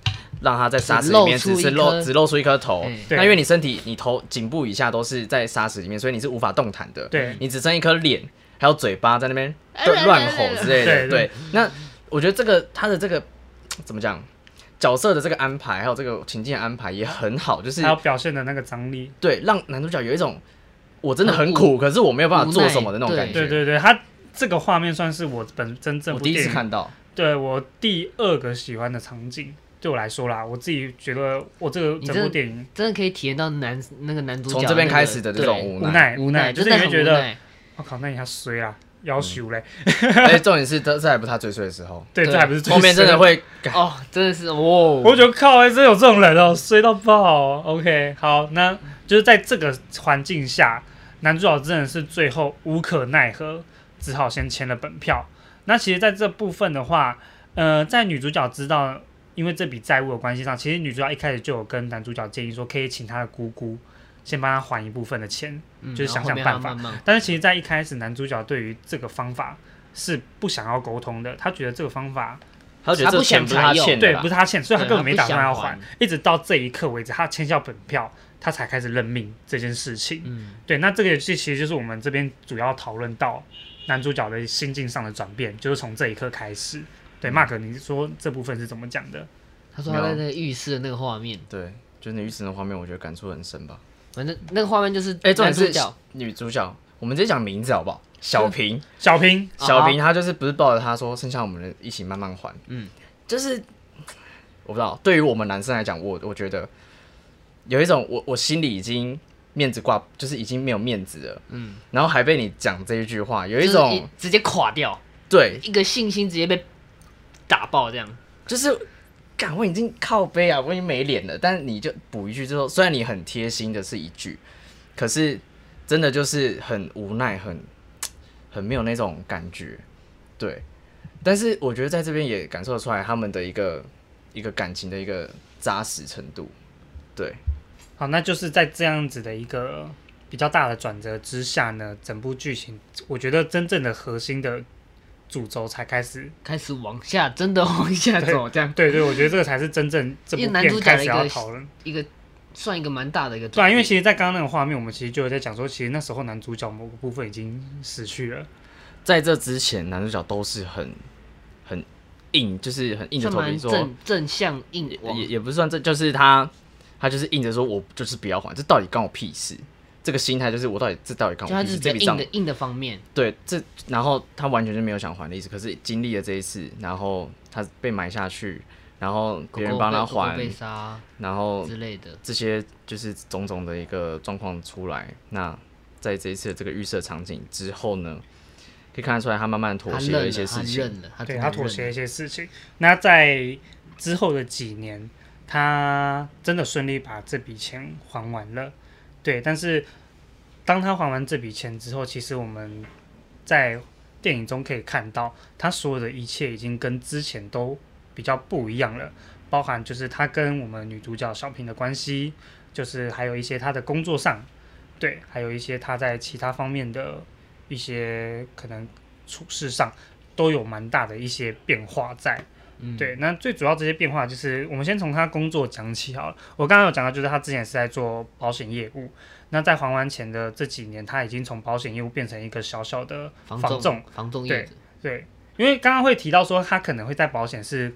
[SPEAKER 3] 让他在沙
[SPEAKER 2] 只
[SPEAKER 3] 石里
[SPEAKER 2] 露
[SPEAKER 3] 面
[SPEAKER 2] 出
[SPEAKER 3] 只是
[SPEAKER 2] 一
[SPEAKER 3] 露
[SPEAKER 2] 颗
[SPEAKER 3] 只露出一颗头
[SPEAKER 2] 哎。
[SPEAKER 1] 对
[SPEAKER 3] 那因为你身体你头颈部以下都是在沙石里面，所以你是无法动弹的。
[SPEAKER 1] 对
[SPEAKER 3] 你只剩一颗脸，还有嘴巴在那边
[SPEAKER 2] 哎
[SPEAKER 3] 乱乱吼之
[SPEAKER 1] 对
[SPEAKER 3] 类
[SPEAKER 1] 对
[SPEAKER 3] 的。对，那我觉得这个他的这个怎么讲，角色的这个安排，还有这个情境的安排也很好，就是
[SPEAKER 1] 还有表现的那个张力，
[SPEAKER 3] 对让男主角有一种我真的很苦，可是我没有办法做什么的那种
[SPEAKER 2] 无奈
[SPEAKER 3] 感觉。
[SPEAKER 1] 对对对，他这个画面算是我本真正
[SPEAKER 3] 我第一次，看到，
[SPEAKER 1] 对我第二个喜欢的场景，对我来说啦，我自己觉得我这个
[SPEAKER 2] 你
[SPEAKER 1] 整
[SPEAKER 2] 真
[SPEAKER 1] 部
[SPEAKER 2] 的
[SPEAKER 1] 电影
[SPEAKER 2] 真的可以体验到男那个男主角
[SPEAKER 3] 从这边
[SPEAKER 2] 那个
[SPEAKER 3] 开始的这种
[SPEAKER 2] 对
[SPEAKER 3] 无
[SPEAKER 1] 无
[SPEAKER 3] 奈。
[SPEAKER 1] 奈
[SPEAKER 2] 无
[SPEAKER 1] 奈，就是你会觉
[SPEAKER 2] 真的很无
[SPEAKER 1] 得，
[SPEAKER 2] 奈嗯
[SPEAKER 1] 我靠，那你还衰啊，要求嘞，
[SPEAKER 3] 而且重点是这这还不是他最衰的时候，
[SPEAKER 1] 对，
[SPEAKER 2] 对
[SPEAKER 1] 这还不是最
[SPEAKER 3] 后面真的
[SPEAKER 1] 衰。
[SPEAKER 3] 会
[SPEAKER 2] 哦，真的是哦，
[SPEAKER 1] 我觉得靠、欸，真有这种人哦，衰到爆哦、OK，好，那就是在这个环境下，男主角真的是最后无可奈何，只好先签了本票。那其实，在这部分的话，呃，在女主角知道因为这笔债务的关系上，其实女主角一开始就有跟男主角建议说，可以请她的姑姑先帮她还一部分的钱。
[SPEAKER 2] 嗯
[SPEAKER 1] 就是
[SPEAKER 2] 然后
[SPEAKER 1] 想
[SPEAKER 2] 后面
[SPEAKER 1] 想
[SPEAKER 2] 还要
[SPEAKER 1] 办
[SPEAKER 2] 慢慢
[SPEAKER 1] 但是其实，在一开始，男主角对于这个方法是不想要沟通的，他觉得这个方法
[SPEAKER 3] 他觉得
[SPEAKER 2] 他
[SPEAKER 3] 这
[SPEAKER 2] 不
[SPEAKER 3] 钱
[SPEAKER 2] 想
[SPEAKER 3] 不是他
[SPEAKER 2] 采用
[SPEAKER 3] 欠的
[SPEAKER 1] 对
[SPEAKER 3] 啦，
[SPEAKER 1] 不是他欠，所以他
[SPEAKER 2] 对
[SPEAKER 1] 根本
[SPEAKER 2] 他
[SPEAKER 1] 没
[SPEAKER 2] 不
[SPEAKER 1] 打算
[SPEAKER 2] 想
[SPEAKER 1] 要
[SPEAKER 2] 还
[SPEAKER 1] 还。一直到这一刻为止，他签下本票，他才开始认命这件事情。
[SPEAKER 2] 嗯，
[SPEAKER 1] 对，那这个这其实就是我们这边主要讨论到男主角的心境上的转变，就是从这一刻开始。
[SPEAKER 2] 嗯
[SPEAKER 1] 对，Mark，你说这部分是怎么讲的？
[SPEAKER 2] 他说他在那个浴室的那个画面，
[SPEAKER 3] 对，就是女神的画面，我觉得感触很深吧。
[SPEAKER 2] 反正那个画面就是
[SPEAKER 3] 哎、重点
[SPEAKER 2] 男
[SPEAKER 3] 是
[SPEAKER 2] 主角
[SPEAKER 3] 女主角，嗯我们直接讲名字好不好？小平，
[SPEAKER 1] 小平，
[SPEAKER 2] 啊
[SPEAKER 3] 小平，她就是不是抱着他说，剩下我们人一起慢慢还。
[SPEAKER 2] 嗯，
[SPEAKER 3] 就是我不知道，对于我们男生来讲，我我觉得有一种我我心里已经面子挂，就是已经没有面子了，
[SPEAKER 2] 嗯，
[SPEAKER 3] 然后还被你讲这一句话，有
[SPEAKER 2] 就
[SPEAKER 3] 一
[SPEAKER 2] 是
[SPEAKER 3] 种、
[SPEAKER 2] 直接垮掉，
[SPEAKER 3] 对，
[SPEAKER 2] 一个信心直接被打爆这样。
[SPEAKER 3] 就是。干，我已经靠背啊，我已经没脸了。但你就补一句之后，虽然你很贴心的是一句，可是真的就是很无奈，很很没有那种感觉，对。但是我觉得在这边也感受得出来他们的一个一个感情的一个扎实程度，对。
[SPEAKER 1] 好，那就是在这样子的一个比较大的转折之下呢，整部剧情我觉得真正的核心的主轴才开始。
[SPEAKER 2] 开始往下，真的往下走，这样
[SPEAKER 1] 对对，我觉得这个才是真正这部
[SPEAKER 2] 因为男
[SPEAKER 1] 片
[SPEAKER 2] 主角
[SPEAKER 1] 开
[SPEAKER 2] 的
[SPEAKER 1] 始
[SPEAKER 2] 一
[SPEAKER 1] 要
[SPEAKER 2] 个
[SPEAKER 1] 讨论。
[SPEAKER 2] 一个算一个蛮大的一个转变。
[SPEAKER 1] 对啊，因为其实，在刚刚那个画面，我们其实就有在讲说，其实那时候男主角某个部分已经死去了，
[SPEAKER 3] 在这之前，男主角都是很很硬，就是很硬着
[SPEAKER 2] 算
[SPEAKER 3] 头皮
[SPEAKER 2] 蛮
[SPEAKER 3] 说，
[SPEAKER 2] 正正向硬往
[SPEAKER 3] 也也不是算这，就是他他就是硬着说，我就是不要还，这到底干我屁事？这个心态就是我到底这到底干
[SPEAKER 2] 就
[SPEAKER 3] 我
[SPEAKER 2] 它
[SPEAKER 3] 屁
[SPEAKER 2] 是
[SPEAKER 3] 事？
[SPEAKER 2] 比较
[SPEAKER 3] 这笔
[SPEAKER 2] 硬
[SPEAKER 3] 账
[SPEAKER 2] 的硬的方面，
[SPEAKER 3] 对这，然后他完全就没有想还的意思。可是经历了这一次，然后他被埋下去，然然后
[SPEAKER 2] 狗
[SPEAKER 3] 别人
[SPEAKER 2] 狗
[SPEAKER 3] 帮他
[SPEAKER 2] 被狗狗
[SPEAKER 3] 还，
[SPEAKER 2] 被杀
[SPEAKER 3] 然后
[SPEAKER 2] 之类的，
[SPEAKER 3] 这些就是种种的一个状况出来。那在这一次的这个预设场景之后呢，可以看得出来他慢慢
[SPEAKER 2] 他
[SPEAKER 3] 妥协了
[SPEAKER 2] 认
[SPEAKER 3] 一些
[SPEAKER 2] 了，他
[SPEAKER 3] 事情。
[SPEAKER 2] 认了，他
[SPEAKER 1] 对
[SPEAKER 2] 真的
[SPEAKER 1] 他妥
[SPEAKER 2] 认
[SPEAKER 1] 协
[SPEAKER 2] 了
[SPEAKER 1] 一些事情。那在之后的几年，他真的顺利把这笔钱还完了。对，但是当他还完这笔钱之后，其实我们在电影中可以看到，他所有的一切已经跟之前都比较不一样了，包含就是他跟我们女主角小平的关系，就是还有一些他的工作上，对，还有一些他在其他方面的一些可能处事上。都有蛮大的一些变化在。
[SPEAKER 2] 嗯
[SPEAKER 1] 对，那最主要这些变化就是，我们先从他工作讲起好了。我刚刚有讲到，就是他之前是在做保险业务，那在还完钱的这几年，他已经从保险业务变成一个小小的
[SPEAKER 2] 房
[SPEAKER 1] 房仲。
[SPEAKER 2] 房仲
[SPEAKER 1] 对
[SPEAKER 2] 业者，
[SPEAKER 1] 对，因为刚刚会提到说他可能会在保险是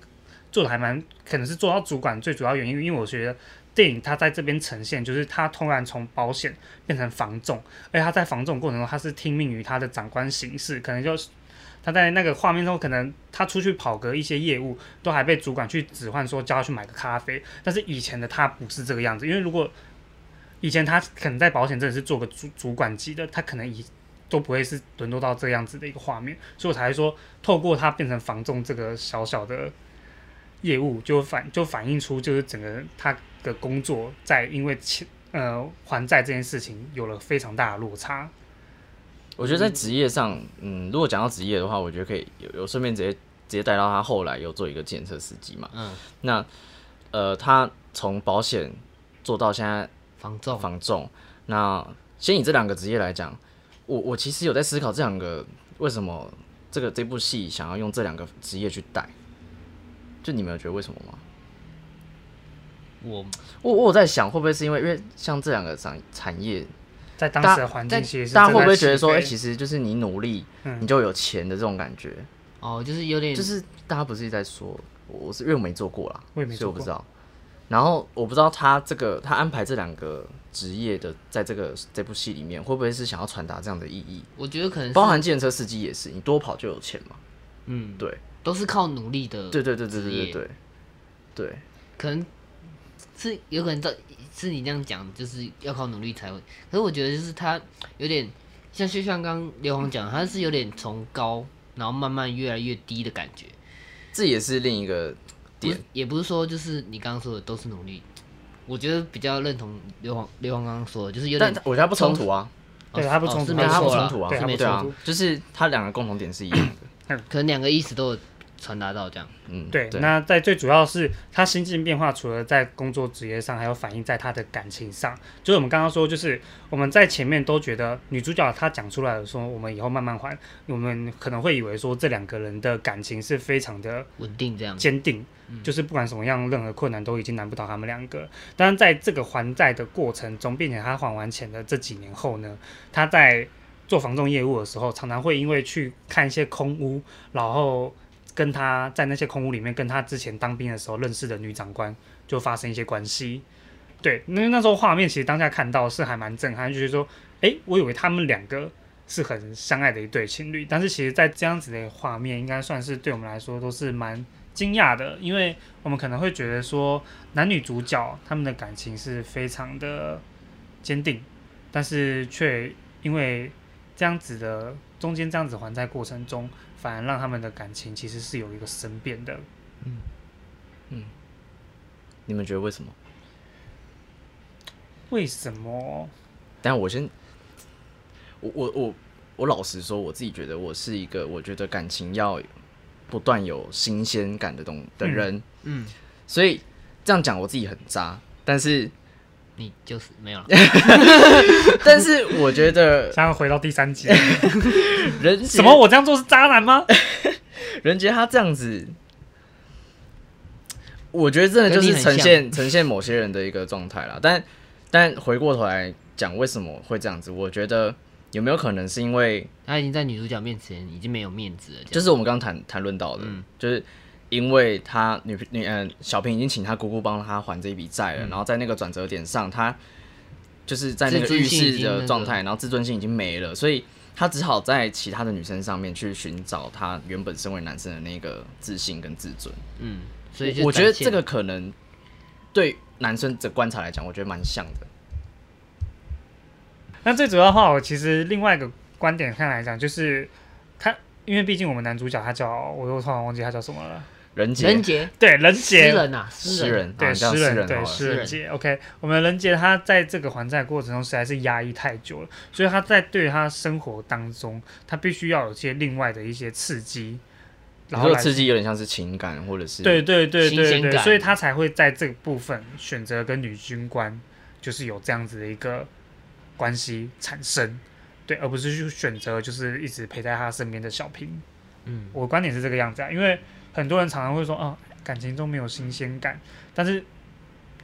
[SPEAKER 1] 做的还蛮，可能是做到主管，最主要原因，因为我觉得电影它在这边呈现，就是他突然从保险变成房仲，而且他在房仲过程中，他是听命于他的长官行事，可能就是。他在那个画面中，可能他出去跑个一些业务，都还被主管去指唤说叫他去买个咖啡。但是以前的他不是这个样子，因为如果以前他可能在保险真的是做个主主管级的，他可能以都不会是沦落到这样子的一个画面，所以我才会说，透过他变成房仲这个小小的业务，就反就反映出就是整个他的工作在因为欠呃还债这件事情有了非常大的落差。
[SPEAKER 3] 我觉得在职业上，嗯，如果讲到职业的话，我觉得可以有有顺便直接直接带到他后来有做一个检测司机嘛。
[SPEAKER 2] 嗯，
[SPEAKER 3] 那呃，他从保险做到现在
[SPEAKER 2] 房仲
[SPEAKER 3] 防重。那先以这两个职业来讲，我我其实有在思考这两个为什么这个这部戏想要用这两个职业去带，就你们有觉得为什么吗？
[SPEAKER 2] 我
[SPEAKER 3] 我我有在想会不会是因为因为像这两个产产业，
[SPEAKER 1] 在当
[SPEAKER 3] 大
[SPEAKER 1] 时的环境其实是
[SPEAKER 3] 大家会
[SPEAKER 1] 正
[SPEAKER 3] 不会
[SPEAKER 1] 在
[SPEAKER 3] 觉得说，
[SPEAKER 1] 起
[SPEAKER 3] 哎、
[SPEAKER 1] 飞
[SPEAKER 3] 其实就是你努力，
[SPEAKER 1] 嗯
[SPEAKER 3] 你就有钱的这种感觉？
[SPEAKER 2] 哦，就是有点
[SPEAKER 3] 就是大家不是一直在说，我是因为我没做过啦，
[SPEAKER 1] 我也没
[SPEAKER 3] 所以
[SPEAKER 1] 做
[SPEAKER 3] 我不
[SPEAKER 1] 过
[SPEAKER 3] 知道。然后我不知道他这个他安排这两个职业的在这个这部戏里面，会不会是想要传达这样的意义？
[SPEAKER 2] 我觉得可能是
[SPEAKER 3] 包含计程车司机也是，你多跑就有钱嘛。
[SPEAKER 2] 嗯，
[SPEAKER 3] 对，
[SPEAKER 2] 都是靠努力的，
[SPEAKER 3] 对对对对对
[SPEAKER 2] 职
[SPEAKER 3] 对
[SPEAKER 2] 业
[SPEAKER 3] 对对，
[SPEAKER 2] 可能是有可能到是你这样讲，就是要靠努力才会。可是我觉得就是他有点像就像刚刚刘皇讲的，他是有点从高然后慢慢越来越低的感觉。
[SPEAKER 3] 这也是另一个
[SPEAKER 2] 不
[SPEAKER 3] 点
[SPEAKER 2] 是。也不是说就是你刚刚说的都是努力，我觉得比较认同刘皇刘皇刚刚说的，就是有
[SPEAKER 3] 但
[SPEAKER 2] 点
[SPEAKER 3] 我觉得它不冲突啊，
[SPEAKER 1] 对
[SPEAKER 2] 哦
[SPEAKER 1] 他不
[SPEAKER 2] 哦
[SPEAKER 1] 冲突
[SPEAKER 2] 是
[SPEAKER 1] 他
[SPEAKER 2] 没
[SPEAKER 3] 它不
[SPEAKER 2] 错
[SPEAKER 3] 冲
[SPEAKER 2] 啦
[SPEAKER 3] 突啊，
[SPEAKER 1] 对
[SPEAKER 2] 是
[SPEAKER 1] 它
[SPEAKER 2] 没
[SPEAKER 1] 不
[SPEAKER 3] 对
[SPEAKER 2] 错
[SPEAKER 3] 啊
[SPEAKER 1] 冲突，
[SPEAKER 3] 就是它两个共同点是一样的。
[SPEAKER 2] 可能两个意思都有传达到这样。
[SPEAKER 3] 嗯，
[SPEAKER 1] 对，那在最主要是他心境变化，除了在工作职业上，还有反映在他的感情上。就是我们刚刚说，就是我们在前面都觉得女主角她讲出来的说，我们以后慢慢还，我们可能会以为说这两个人的感情是非常的
[SPEAKER 2] 稳定这样，
[SPEAKER 1] 坚定，就是不管什么样，任何困难都已经难不倒他们两个。但是在这个还债的过程中，并且他还完钱的这几年后呢，他在做房仲业务的时候，常常会因为去看一些空屋，然后跟他在那些空屋里面，跟他之前当兵的时候认识的女长官就发生一些关系。对，因为那时候画面其实当下看到是还蛮震撼，就是说，诶，我以为他们两个是很相爱的一对情侣，但是其实，在这样子的画面，应该算是对我们来说都是蛮惊讶的，因为我们可能会觉得说男女主角他们的感情是非常的坚定，但是却因为这样子的中间这样子还债过程中，反而让他们的感情其实是有一个生变的。
[SPEAKER 3] 你们觉得为什么？
[SPEAKER 1] 为什么？
[SPEAKER 3] 但我先，我我我我老实说，我自己觉得我是一个我觉得感情要不断有新鲜感的东的
[SPEAKER 1] 嗯
[SPEAKER 3] 人，
[SPEAKER 2] 嗯，
[SPEAKER 3] 所以这样讲我自己很渣，但是
[SPEAKER 2] 你就是没有了，
[SPEAKER 3] 但是我 觉得
[SPEAKER 1] 想要回到第三集，
[SPEAKER 3] 人杰
[SPEAKER 1] 什么？我这样做是渣男吗？
[SPEAKER 3] 人杰他这样子，我觉得真的就是呈现呈现某些人的一个状态啦。但但回过头来讲，为什么会这样子？我觉得有没有可能是因为，
[SPEAKER 2] 他已经在女主角面前已经没有面子了，这
[SPEAKER 3] 就
[SPEAKER 2] 样
[SPEAKER 3] 是我们刚刚谈谈论到的，
[SPEAKER 2] 嗯
[SPEAKER 3] 就是因为他女女呃小平已经请他姑姑帮他还这一笔债了，然后在那个转折点上，他就是在那个
[SPEAKER 2] 自尊
[SPEAKER 3] 浴
[SPEAKER 2] 心已
[SPEAKER 3] 室
[SPEAKER 2] 经那
[SPEAKER 3] 的
[SPEAKER 2] 个
[SPEAKER 3] 状态，然后自尊心已经没了，所以他只好在其他的女生上面去寻找他原本身为男生的那个自信跟自尊。
[SPEAKER 2] 嗯，所以
[SPEAKER 3] 我
[SPEAKER 2] 就
[SPEAKER 3] 我觉得
[SPEAKER 2] 展现
[SPEAKER 3] 这个可能对男生的观察来讲，我觉得蛮像的。
[SPEAKER 1] 那最主要的话，我其实另外一个观点看来讲，就是他，因为毕竟我们男主角他叫，我又突然忘记他叫什么了，
[SPEAKER 3] 人杰，
[SPEAKER 2] 人杰
[SPEAKER 1] 对，人
[SPEAKER 2] 诗
[SPEAKER 1] 杰，
[SPEAKER 2] 人啊，诗
[SPEAKER 3] 诗
[SPEAKER 2] 人
[SPEAKER 3] 人，啊
[SPEAKER 1] 对，
[SPEAKER 3] 叫
[SPEAKER 1] 诗
[SPEAKER 3] 诗
[SPEAKER 1] 人，对，
[SPEAKER 3] 好了
[SPEAKER 1] 诗
[SPEAKER 2] 诗
[SPEAKER 1] 人
[SPEAKER 2] 人
[SPEAKER 1] 杰，OK，我们人杰他在这个还债过程中实在是压抑太久了，所以他在对他生活当中，他必须要有一些另外的一些刺激，然
[SPEAKER 3] 然
[SPEAKER 1] 后
[SPEAKER 3] 后
[SPEAKER 1] 来
[SPEAKER 3] 刺激有点像是情感或者是
[SPEAKER 1] 对对对
[SPEAKER 2] 新
[SPEAKER 1] 对
[SPEAKER 2] 鲜
[SPEAKER 1] 对，
[SPEAKER 2] 感
[SPEAKER 1] 所以他才会在这个部分选择跟女军官就是有这样子的一个关系产生，对，而不是去选择就是一直陪在他身边的小平。
[SPEAKER 2] 嗯，
[SPEAKER 1] 我观点是这个样子啊，因为很多人常常会说，哦，感情中没有新鲜感，但是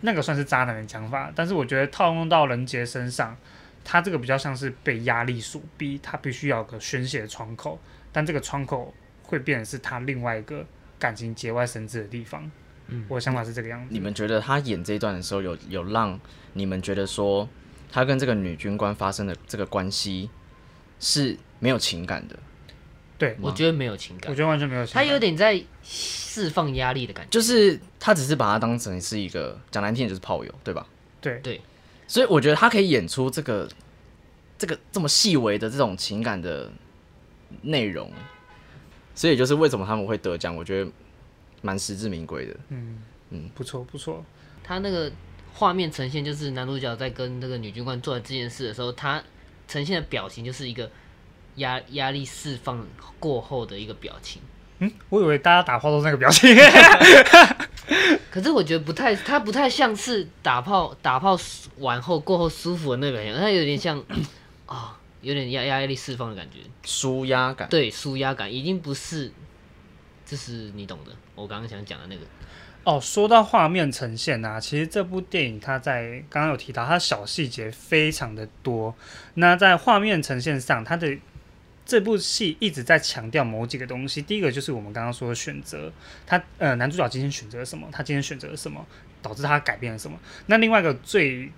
[SPEAKER 1] 那个算是渣男的讲法，但是我觉得套用到人杰身上，他这个比较像是被压力所逼，他必须要有个宣泄的窗口，但这个窗口会变成是他另外一个感情节外生枝的地方。
[SPEAKER 2] 嗯
[SPEAKER 1] 我的想法是这个样子。
[SPEAKER 3] 你们觉得他演这一段的时候有，有让你们觉得说他跟这个女军官发生的这个关系是没有情感的，
[SPEAKER 1] 对，
[SPEAKER 2] 我觉得没有情
[SPEAKER 1] 我
[SPEAKER 2] 感，
[SPEAKER 1] 觉得完全没有想法。
[SPEAKER 2] 他有点在释放压力的感觉，
[SPEAKER 3] 就是他只是把他当成是一个讲难听点就是炮友，对吧？
[SPEAKER 1] 对
[SPEAKER 2] 对，
[SPEAKER 3] 所以我觉得他可以演出这个这个这么细微的这种情感的内容，所以也就是为什么他们会得奖，我觉得蛮实至名归的。
[SPEAKER 1] 嗯嗯
[SPEAKER 3] 嗯，
[SPEAKER 1] 不错不错，
[SPEAKER 2] 他那个画面呈现就是男主角在跟那个女军官做这件事的时候，他呈现的表情就是一个压压力释放过后的一个表情。
[SPEAKER 1] 嗯，我以为大家打炮都是那个表 情。
[SPEAKER 2] 可是我觉得不太，他不太像是打炮打炮完后过后舒服的那个表情，他有点像 啊、有点压压力释放的感觉，
[SPEAKER 3] 舒压感，
[SPEAKER 2] 对，舒压感已经不是，就是你懂的，我刚刚想讲的那个，
[SPEAKER 1] 哦，说到画面呈现啊，其实这部电影它在刚刚有提到，它小细节非常的多。那在画面呈现上，它的这部戏一直在强调某几个东西。第一个就是我们刚刚说的选择，他呃男主角今天选择了什么，他今天选择了什么，导致他改变了什么。那另外一个最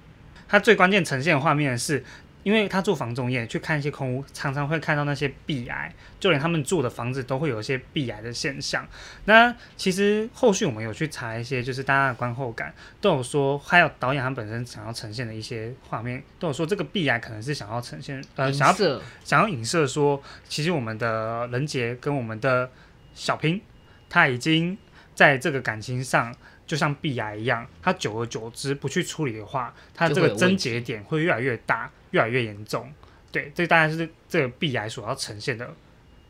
[SPEAKER 1] 他最关键呈现的画面是。因为他做房仲业，去看一些空屋，常常会看到那些壁癌，就连他们住的房子都会有一些壁癌的现象。那其实后续我们有去查一些，就是大家的观后感都有说，还有导演他本身想要呈现的一些画面，都有说这个必然可能是想要呈现呃
[SPEAKER 2] 银
[SPEAKER 1] 想要
[SPEAKER 2] 色
[SPEAKER 1] 想要影射说，其实我们的人杰跟我们的小平，他已经在这个感情上。就像壁癌一样，他久而久之不去处理的话，他这
[SPEAKER 2] 就会
[SPEAKER 1] 个
[SPEAKER 2] 有问题
[SPEAKER 1] 症结点会越来越大，越来越严重。对，这大概是这个壁癌所要呈现的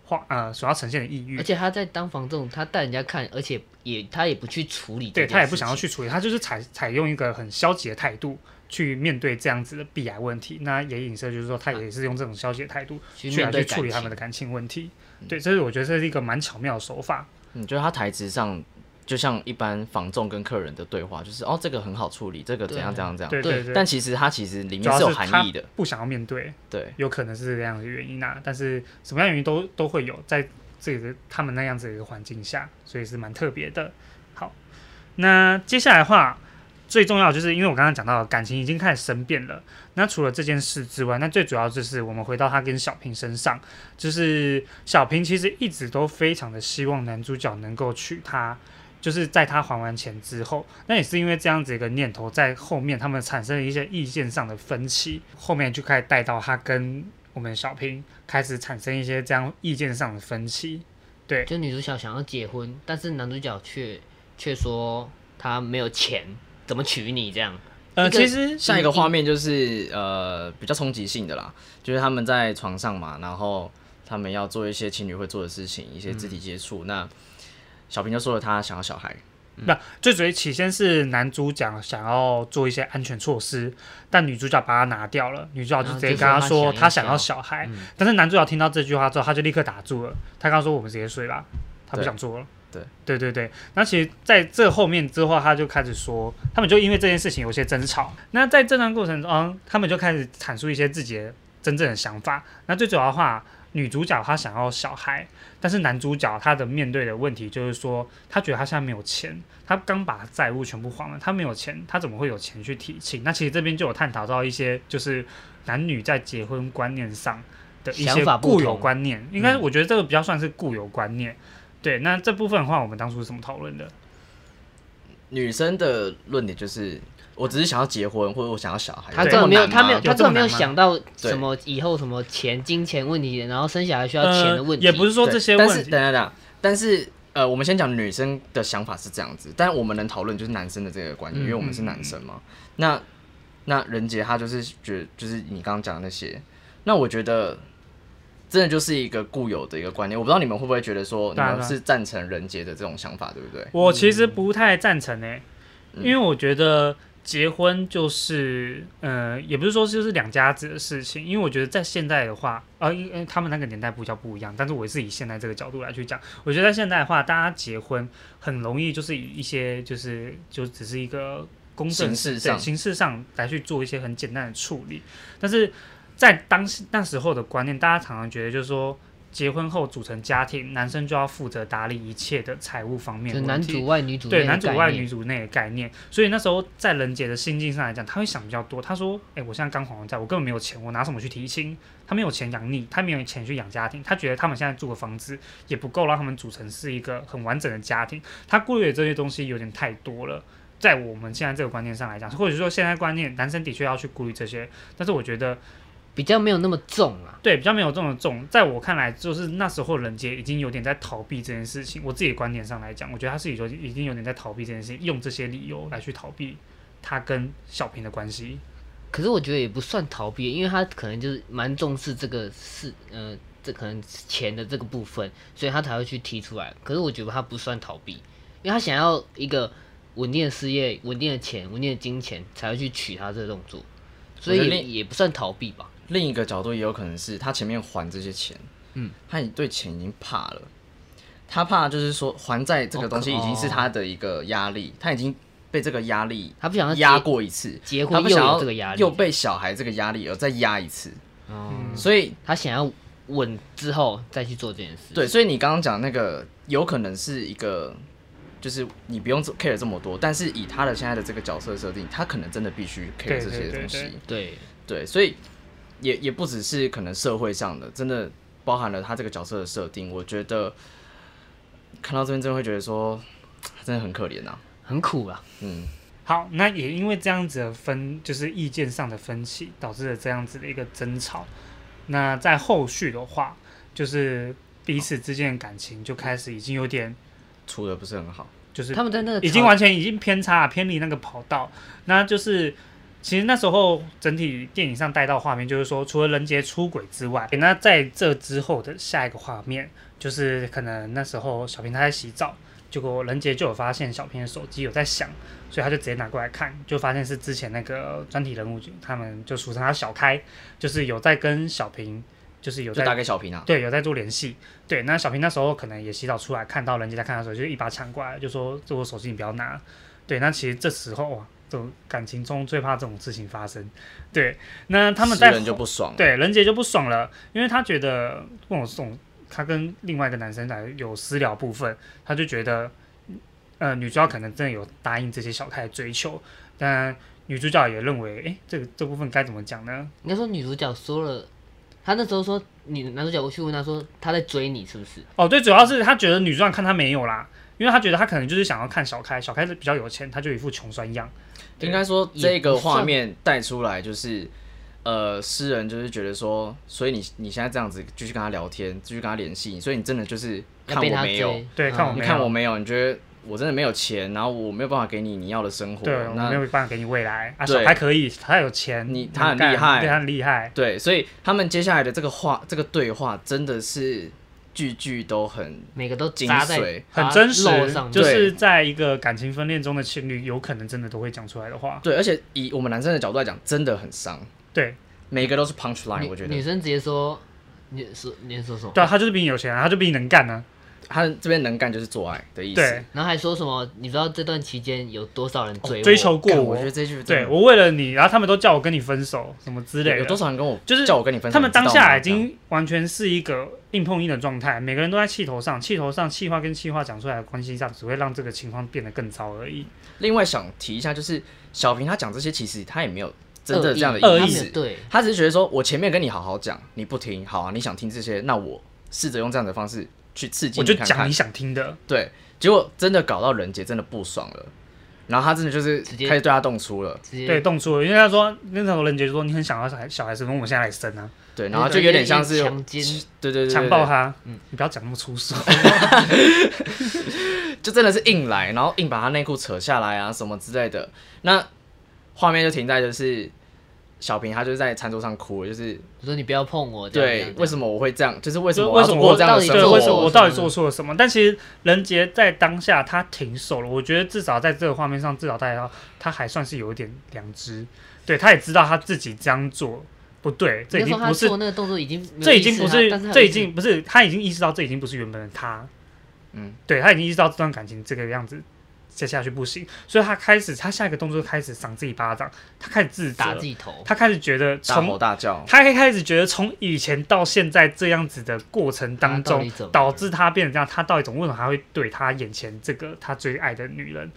[SPEAKER 1] 画，呃，所要呈现的抑郁
[SPEAKER 2] 而。且他在当房仲，他带人家看，而且也他也不去处理，
[SPEAKER 1] 对他也不想要，去处理，他就是采采用一个很消极的态度去面对这样子的避癌问题。那也影射就是说，他也是用这种消极的态度
[SPEAKER 2] 去
[SPEAKER 1] 去
[SPEAKER 2] 面
[SPEAKER 1] 来
[SPEAKER 2] 对
[SPEAKER 1] 去处理他们
[SPEAKER 2] 的。
[SPEAKER 1] 的感情问题。
[SPEAKER 3] 嗯
[SPEAKER 1] 对，这是我觉得这是一个蛮巧妙的手法。
[SPEAKER 3] 你觉得嗯他台词上就像一般房仲跟客人的对话，就是哦这个很好处理，这个怎样怎样怎样。
[SPEAKER 1] 对
[SPEAKER 2] 对
[SPEAKER 1] 对，
[SPEAKER 3] 但其实它其实里
[SPEAKER 1] 主
[SPEAKER 3] 面
[SPEAKER 1] 要
[SPEAKER 3] 是有
[SPEAKER 1] 他
[SPEAKER 3] 含义的，
[SPEAKER 1] 不想要面对，
[SPEAKER 3] 对，
[SPEAKER 1] 有可能是这样的原因啊。但是什么样的原因都都会有，在这个他们那样子的一个环境下，所以是蛮特别的。好，那接下来的话，最重要的就是因为我刚刚讲到感情已经开始生变了。那除了这件事之外，那最主要就是我们回到他跟小平身上，就是小平其实一直都非常的希望男主角能够娶她。就是在他还完钱之后，那也是因为这样子一个念头，在后面他们产生了一些意见上的分歧，后面就开始带到他跟我们小平开始产生一些这样意见上的分歧。对，
[SPEAKER 2] 就女主角想要结婚，但是男主角却却说他没有钱，怎么娶你这样？
[SPEAKER 1] 呃，
[SPEAKER 2] 一个
[SPEAKER 1] 其实
[SPEAKER 3] 下一个画面就是呃比较冲击性的啦，就是他们在床上嘛，然后他们要做一些情侣会做的事情，一些
[SPEAKER 1] 嗯
[SPEAKER 3] 肢体接触。那小平就说了他想要小孩，
[SPEAKER 1] 那、最主要起先是男主角想要做一些安全措施，但女主角把他拿掉了。女主角就直接跟他说
[SPEAKER 2] 然后就说她
[SPEAKER 1] 她想要小孩，
[SPEAKER 3] 嗯
[SPEAKER 1] 但是男主角听到这句话之后，他就立刻打住了。他刚说我们直接睡吧，他不
[SPEAKER 3] 对
[SPEAKER 1] 想做了。
[SPEAKER 3] 对
[SPEAKER 1] 对对对，那其实在这后面之后，他就开始说，他们就因为这件事情有些争吵。那在这段过程中，嗯他们就开始阐述一些自己的真正的想法。那最主要的话，女主角她想要小孩，但是男主角他的面对的问题就是说，他觉得他现在没有钱，他刚把债务全部还了，他没有钱，他怎么会有钱去提亲？那其实这边就有探讨到一些就是男女在结婚观念上的一
[SPEAKER 2] 想
[SPEAKER 1] 些
[SPEAKER 2] 法不
[SPEAKER 1] 固有
[SPEAKER 2] 同
[SPEAKER 1] 观念，应该我觉得这个比较算是固有观念。对，那这部分的话，我们当初是怎么讨论的？
[SPEAKER 3] 女生的论点就是，我只是想要结婚，或者我想要小孩。
[SPEAKER 2] 他
[SPEAKER 1] 哎对
[SPEAKER 2] 根
[SPEAKER 3] 这么
[SPEAKER 2] 本没有，
[SPEAKER 3] 难
[SPEAKER 2] 他没有，
[SPEAKER 3] 吗
[SPEAKER 1] 有
[SPEAKER 2] 他
[SPEAKER 1] 这么
[SPEAKER 2] 根本没有
[SPEAKER 1] 难吗
[SPEAKER 2] 想到
[SPEAKER 3] 对
[SPEAKER 2] 什么以后什么钱、金钱问题，然后生小孩需要钱的问题，
[SPEAKER 1] 呃也不是说
[SPEAKER 3] 对
[SPEAKER 1] 这些
[SPEAKER 3] 但
[SPEAKER 1] 问
[SPEAKER 3] 是
[SPEAKER 1] 题，
[SPEAKER 3] 等等等，但是呃，我们先讲女生的想法是这样子，但我们能讨论就是男生的这个观念，因为我们是男生
[SPEAKER 1] 嗯
[SPEAKER 3] 嘛。那那任杰他就是觉就是你刚刚讲的那些，那我觉得。真的就是一个固有的一个观念，我不知道你们会不会觉得说你
[SPEAKER 1] 当然
[SPEAKER 3] 们
[SPEAKER 1] 了
[SPEAKER 3] 是赞成人杰的这种想法，对不对？
[SPEAKER 1] 我其实不太赞成诶、
[SPEAKER 3] 嗯
[SPEAKER 1] 因为我觉得结婚就是，呃，也不是说就是两家子的事情，因为我觉得在现在的话，呃，因为他们那个年代不叫不一样，但是我是以现在这个角度来去讲，我觉得在现在的话，大家结婚很容易就是以一些就是就只是一个公正
[SPEAKER 3] 形式
[SPEAKER 1] 对
[SPEAKER 3] 上
[SPEAKER 1] 形式上来去做一些很简单的处理，但是在当时那时候的观念，大家常常觉得就是说。结婚后组成家庭，男生就要负责打理一切的财务方面
[SPEAKER 2] 就
[SPEAKER 1] 问题，
[SPEAKER 2] 男主外女主内
[SPEAKER 1] 对
[SPEAKER 2] 的
[SPEAKER 1] 男主
[SPEAKER 2] 概
[SPEAKER 1] 外
[SPEAKER 2] 念
[SPEAKER 1] 女主内的概念，所以那时候在人杰的心境上来讲，他会想比较多。他说：“哎、我现在刚还完债，我根本没有钱，我拿什么去提亲？他没有钱养你，他没有钱去养家庭，他觉得他们现在住的房子也不够让他们组成是一个很完整的家庭。他顾虑的这些东西有点太多了。”在我们现在这个观念上来讲，或者说现在观念，男生的确要去顾虑这些，但是我觉得
[SPEAKER 2] 比较没有那么重啊。
[SPEAKER 1] 对，比较没有这么重。在我看来，就是那时候人杰已经有点在逃避这件事情。我自己的观点上来讲，我觉得他是有已经有点在逃避这件事情，用这些理由来去逃避他跟小平的关系。
[SPEAKER 2] 可是我觉得也不算逃避，因为他可能就是蛮重视这个事，呃，这可能钱的这个部分，所以他才会去提出来。可是我觉得他不算逃避，因为他想要一个稳定的事业、稳定的钱、稳定的金钱，才会去娶她这个动作，所以
[SPEAKER 3] 我觉得
[SPEAKER 2] 也也不算逃避吧。
[SPEAKER 3] 另一个角度也有可能是他前面还这些钱，
[SPEAKER 2] 嗯，
[SPEAKER 3] 他已对钱已经怕了，他怕就是说还债这个东西
[SPEAKER 1] 哦
[SPEAKER 3] 已经是他的一个压力，他已经被这个压力
[SPEAKER 2] 他不想要结
[SPEAKER 3] 压过一次，
[SPEAKER 2] 结
[SPEAKER 3] 他
[SPEAKER 2] 婚
[SPEAKER 3] 不
[SPEAKER 2] 又
[SPEAKER 3] 想
[SPEAKER 2] 有
[SPEAKER 3] 要
[SPEAKER 2] 这个压力，
[SPEAKER 3] 又被小孩这个压力而再压一次，
[SPEAKER 2] 嗯
[SPEAKER 3] 所以
[SPEAKER 2] 他想要稳之后再去做这件事。
[SPEAKER 3] 对，所以你刚刚讲那个有可能是一个。就是你不用 care 这么多，但是以他的现在的这个角色设定，他可能真的必须 care
[SPEAKER 1] 对
[SPEAKER 3] 这些
[SPEAKER 1] 对对
[SPEAKER 3] 东西。
[SPEAKER 1] 对
[SPEAKER 2] 对，
[SPEAKER 3] 对，所以也也不只是可能社会上的，真的包含了他这个角色的设定。我觉得看到这边真的会觉得说，真的很可怜呐、
[SPEAKER 2] 很苦啊。
[SPEAKER 3] 嗯，
[SPEAKER 1] 好，那也因为这样子的分，就是意见上的分歧，导致了这样子的一个争吵。那在后续的话，就是彼此之间的感情就开始已经有点，
[SPEAKER 3] 处的不是很好。
[SPEAKER 1] 就是
[SPEAKER 2] 他们在那个
[SPEAKER 1] 已经
[SPEAKER 2] 吵
[SPEAKER 1] 完全已经偏差了偏离那个跑道。那就是其实那时候整体电影上带到画面，就是说除了人杰出轨之外，那在这之后的下一个画面，就是可能那时候小平他在洗澡，结果人杰就有发现小平的手机有在响，所以他就直接拿过来看，就发现是之前那个专题人物，他们就俗称他小开，就是有在跟小平。就是有
[SPEAKER 3] 就
[SPEAKER 1] 在
[SPEAKER 3] 打给小平啊，
[SPEAKER 1] 对，有在做联系。对，那小平那时候可能也洗澡出来，看到人家在看的时候，就一把抢过来，就说：“这我手机你不要拿。”对，那其实这时候啊，这种感情中最怕这种事情发生。对，那他们
[SPEAKER 3] 私
[SPEAKER 1] 在
[SPEAKER 3] 人就
[SPEAKER 1] 后
[SPEAKER 3] 不爽了。
[SPEAKER 1] 对，人杰就不爽了，因为他觉得跟我送他跟另外一个男生来有私聊部分，他就觉得，呃，女主角可能真的有答应这些小开的追求，但女主角也认为，诶，这个这部分该怎么讲呢？
[SPEAKER 2] 应该说女主角说了，她那时候说女男主角，我去问她说她在追你是不是？
[SPEAKER 1] 哦，对，主要是他觉得女主角看他没有啦，因为他觉得他可能就是想要看小开，小开是比较有钱，他就一副穷酸样。
[SPEAKER 3] 应该说
[SPEAKER 2] 也
[SPEAKER 3] 这个
[SPEAKER 2] 不算
[SPEAKER 3] 画面带出来就是。呃，诗人就是觉得说，所以你你现在这样子继续跟他聊天，继续跟他联系，所以你真的就是看
[SPEAKER 2] 要被
[SPEAKER 3] 我
[SPEAKER 2] 她
[SPEAKER 3] 没有
[SPEAKER 2] 追，？嗯
[SPEAKER 1] 对看我
[SPEAKER 3] 你
[SPEAKER 1] 没
[SPEAKER 3] 看
[SPEAKER 1] 有
[SPEAKER 3] 我没有，你觉得我真的没有钱，然后我没有办法给你你要的生活，
[SPEAKER 1] 对，我
[SPEAKER 3] 哦那
[SPEAKER 1] 没有办法给你未来啊。
[SPEAKER 3] 对
[SPEAKER 1] 小开可以，他有钱，
[SPEAKER 3] 你
[SPEAKER 1] 能
[SPEAKER 3] 他很
[SPEAKER 1] 干
[SPEAKER 3] 厉害
[SPEAKER 1] 对他很厉害。
[SPEAKER 3] 对，所以他们接下来的这个话，这个对话真的是句句都很
[SPEAKER 2] 每个都
[SPEAKER 3] 精
[SPEAKER 2] 扎在
[SPEAKER 3] 髓
[SPEAKER 1] 很真实
[SPEAKER 2] 扎肉上，面，
[SPEAKER 1] 就
[SPEAKER 3] 对
[SPEAKER 1] 是在一个感情分裂中的情侣，有可能真的都会讲出来的话。
[SPEAKER 3] 对，而且以我们男生的角度来讲，真的很伤，
[SPEAKER 1] 对，
[SPEAKER 3] 每个都是 punch line。
[SPEAKER 2] 女
[SPEAKER 3] 我觉
[SPEAKER 2] 女
[SPEAKER 3] 得
[SPEAKER 2] 生直接说，你说你说什么？
[SPEAKER 1] 对啊，他就是比你有钱啊，他就比你能干呢、
[SPEAKER 3] 他这边能干就是做爱的意思。
[SPEAKER 1] 对，
[SPEAKER 2] 然后还说什么？你知道这段期间有多少人
[SPEAKER 3] 哦
[SPEAKER 2] 追我
[SPEAKER 1] 追求过
[SPEAKER 3] 干我觉得这句真的
[SPEAKER 1] 对我为了你，然后他们都叫我跟你分手，什么之类
[SPEAKER 3] 有
[SPEAKER 1] 的
[SPEAKER 3] 多。少人跟我
[SPEAKER 1] 就是
[SPEAKER 3] 叫我跟你分手，
[SPEAKER 1] 他们
[SPEAKER 3] 你知道
[SPEAKER 1] 当下
[SPEAKER 3] 吗
[SPEAKER 1] 已经完全是一个硬碰硬的状态，每个人都在气头上，气头上气话跟气话讲出来的关系上，只会让这个情况变得更糟而已。
[SPEAKER 3] 另外想提一下，就是小平他讲这些，其实他也没有真的这样的
[SPEAKER 1] 恶
[SPEAKER 2] 他
[SPEAKER 1] 意
[SPEAKER 2] 没
[SPEAKER 3] 思
[SPEAKER 2] 有。对，
[SPEAKER 3] 他只是觉得说，我前面跟你好好讲，你不听，好啊，你想听这些，那我试着用这样的方式去刺激
[SPEAKER 1] 我
[SPEAKER 3] 你
[SPEAKER 1] 就
[SPEAKER 3] 看
[SPEAKER 1] 讲
[SPEAKER 3] 看
[SPEAKER 1] 你。想听的，
[SPEAKER 3] 对，结果真的搞到人杰真的不爽了，然后他真的就是
[SPEAKER 2] 直接
[SPEAKER 3] 开始对他动粗了，
[SPEAKER 2] 直接
[SPEAKER 1] 对，动粗了，因为他说那时候人杰就说你很想要小孩小孩生，那我们现在来生啊，
[SPEAKER 3] 对，然后就有点像是
[SPEAKER 2] 强奸，
[SPEAKER 3] 对对对对嗯
[SPEAKER 1] 强暴
[SPEAKER 3] 对
[SPEAKER 1] 他，你不要讲那么粗俗，
[SPEAKER 3] 就真的是硬来，然后硬把他内裤扯下来啊什么之类的。那画面就停在就是小平他就是在餐桌上哭了，就是
[SPEAKER 2] 我说你不要碰我，这样
[SPEAKER 3] 对，为什？么我会这样？ 就是为什
[SPEAKER 1] 就
[SPEAKER 3] 么
[SPEAKER 1] 为
[SPEAKER 3] 我
[SPEAKER 1] 什
[SPEAKER 3] 要
[SPEAKER 1] 么
[SPEAKER 3] 过这样的
[SPEAKER 2] 到底
[SPEAKER 3] 生
[SPEAKER 1] 对，
[SPEAKER 2] 做
[SPEAKER 1] 为
[SPEAKER 2] 我
[SPEAKER 1] 什么
[SPEAKER 3] 活？
[SPEAKER 1] 我到底做错了什么？但其实任杰在当下他挺手了，我觉得至少在这个画面上，至少大家他还算是有一点良知，对他也知道他自己这样做不对，这
[SPEAKER 2] 这
[SPEAKER 1] 已
[SPEAKER 2] 样这样那时
[SPEAKER 1] 经
[SPEAKER 2] 候他
[SPEAKER 1] 不是
[SPEAKER 2] 做那个动作已经没有
[SPEAKER 1] 这已
[SPEAKER 2] 意识
[SPEAKER 1] 经不
[SPEAKER 2] 他
[SPEAKER 1] 是
[SPEAKER 2] 但是他
[SPEAKER 1] 这
[SPEAKER 2] 有
[SPEAKER 1] 已
[SPEAKER 2] 意
[SPEAKER 1] 经不是他已经意识到这已经不是原本的他，
[SPEAKER 3] 嗯，
[SPEAKER 1] 对他已经意识到这段感情这个样子。接下去不行，所以他开始，他下一个动作开始赏自己巴掌，他开始自
[SPEAKER 2] 识
[SPEAKER 1] 责
[SPEAKER 2] 打，自己头，
[SPEAKER 1] 他开始觉得
[SPEAKER 3] 大
[SPEAKER 1] 从
[SPEAKER 3] 吼大叫，
[SPEAKER 1] 他一开始觉得从以前到现在这样子的过程当
[SPEAKER 2] 他到
[SPEAKER 1] 中
[SPEAKER 2] 底怎，么
[SPEAKER 1] 导致他变成这样，他到底怎么为什么还会对他眼前这个他最爱的女人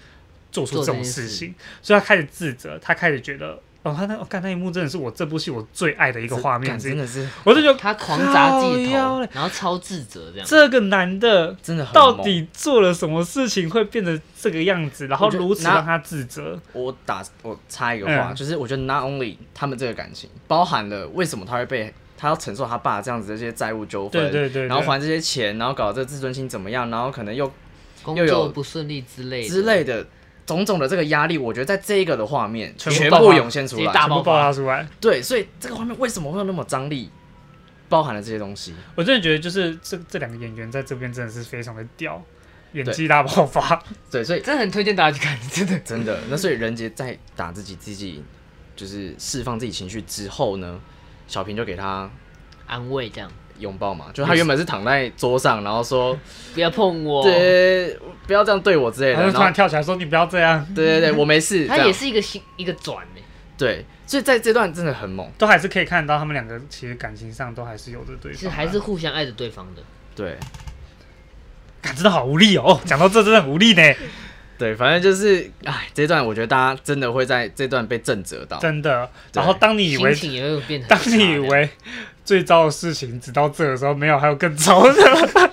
[SPEAKER 1] 做出这
[SPEAKER 2] 做这
[SPEAKER 1] 种
[SPEAKER 2] 件
[SPEAKER 1] 事
[SPEAKER 2] 事
[SPEAKER 1] 情？所以他开始自责，他开始觉得，哦，他那我看、那一幕真的是我这部戏我最爱的一
[SPEAKER 3] 一
[SPEAKER 1] 个画面之
[SPEAKER 3] 真
[SPEAKER 1] 一，
[SPEAKER 3] 的是
[SPEAKER 1] 我就觉得
[SPEAKER 2] 他狂砸自己
[SPEAKER 1] 靠腰
[SPEAKER 2] 头
[SPEAKER 1] 嘞，
[SPEAKER 2] 然后超自责这样。
[SPEAKER 1] 这个男的。
[SPEAKER 3] 真的很
[SPEAKER 1] 到
[SPEAKER 3] 猛
[SPEAKER 1] 底做了什么事情会变成这个样子，然后
[SPEAKER 3] 我觉得
[SPEAKER 1] 如此
[SPEAKER 3] 那
[SPEAKER 1] 让他自责？
[SPEAKER 3] 我打我插一个话，
[SPEAKER 1] 嗯
[SPEAKER 3] 就是我觉得 not only 他们这个感情，包含了为什么他会被他要承受他爸这样子的这些债务纠纷，
[SPEAKER 1] 对对对对
[SPEAKER 3] 然后还这些钱，然后搞这自尊心怎么样，然后可能又
[SPEAKER 2] 工
[SPEAKER 3] 又有
[SPEAKER 2] 作不顺利之类的
[SPEAKER 3] 之类的种种的这个压力，我觉得在这个的画面
[SPEAKER 1] 全
[SPEAKER 3] 全
[SPEAKER 1] 部爆
[SPEAKER 3] 部
[SPEAKER 1] 发
[SPEAKER 3] 涌现出
[SPEAKER 2] 直接
[SPEAKER 1] 全
[SPEAKER 2] 大
[SPEAKER 3] 来，
[SPEAKER 1] 部
[SPEAKER 2] 爆发
[SPEAKER 1] 爆发出来，
[SPEAKER 3] 对，所以这个画面为什么会有那么张力，包含了这些东西，
[SPEAKER 2] 嗯
[SPEAKER 1] 我真的觉得就是这这两个演员在这边真的是非常的屌，演技大爆发。
[SPEAKER 3] 对，所以
[SPEAKER 2] 真的很推荐大家去看，真的。
[SPEAKER 3] 真的，那所以任杰在打自己自己就是释放自己情绪之后呢，小平就给他
[SPEAKER 2] 安慰这样，
[SPEAKER 3] 拥抱嘛，就他原本是躺在桌上，然后说。
[SPEAKER 2] 不要碰我。
[SPEAKER 3] 对，不要这样对我之类
[SPEAKER 1] 然后
[SPEAKER 3] 的。然
[SPEAKER 1] 就突然
[SPEAKER 3] 后，
[SPEAKER 1] 跳起来说：“你不要这样。
[SPEAKER 3] 对对对，我没事。
[SPEAKER 2] 他
[SPEAKER 3] 这样
[SPEAKER 2] 也是一个新一个转欸呢、
[SPEAKER 3] 对，所以在这段真的很猛”。
[SPEAKER 1] 都还是可以看到他们两个其实感情上都还是有着对方的，啊
[SPEAKER 2] 其实还是互相爱着对方的。
[SPEAKER 3] 对
[SPEAKER 1] 感真的好无力哦。 哦讲到这真的很无力呢，
[SPEAKER 3] 对，反正就是，哎，这段我觉得大家真的会在这段被震折到。
[SPEAKER 1] 真的。
[SPEAKER 3] 对
[SPEAKER 1] 然后当你以为
[SPEAKER 2] 心情也会变得很
[SPEAKER 1] 当
[SPEAKER 2] 差
[SPEAKER 1] 你以
[SPEAKER 2] 这样
[SPEAKER 1] 为最糟的事情直到这的时候，没有还有更糟的。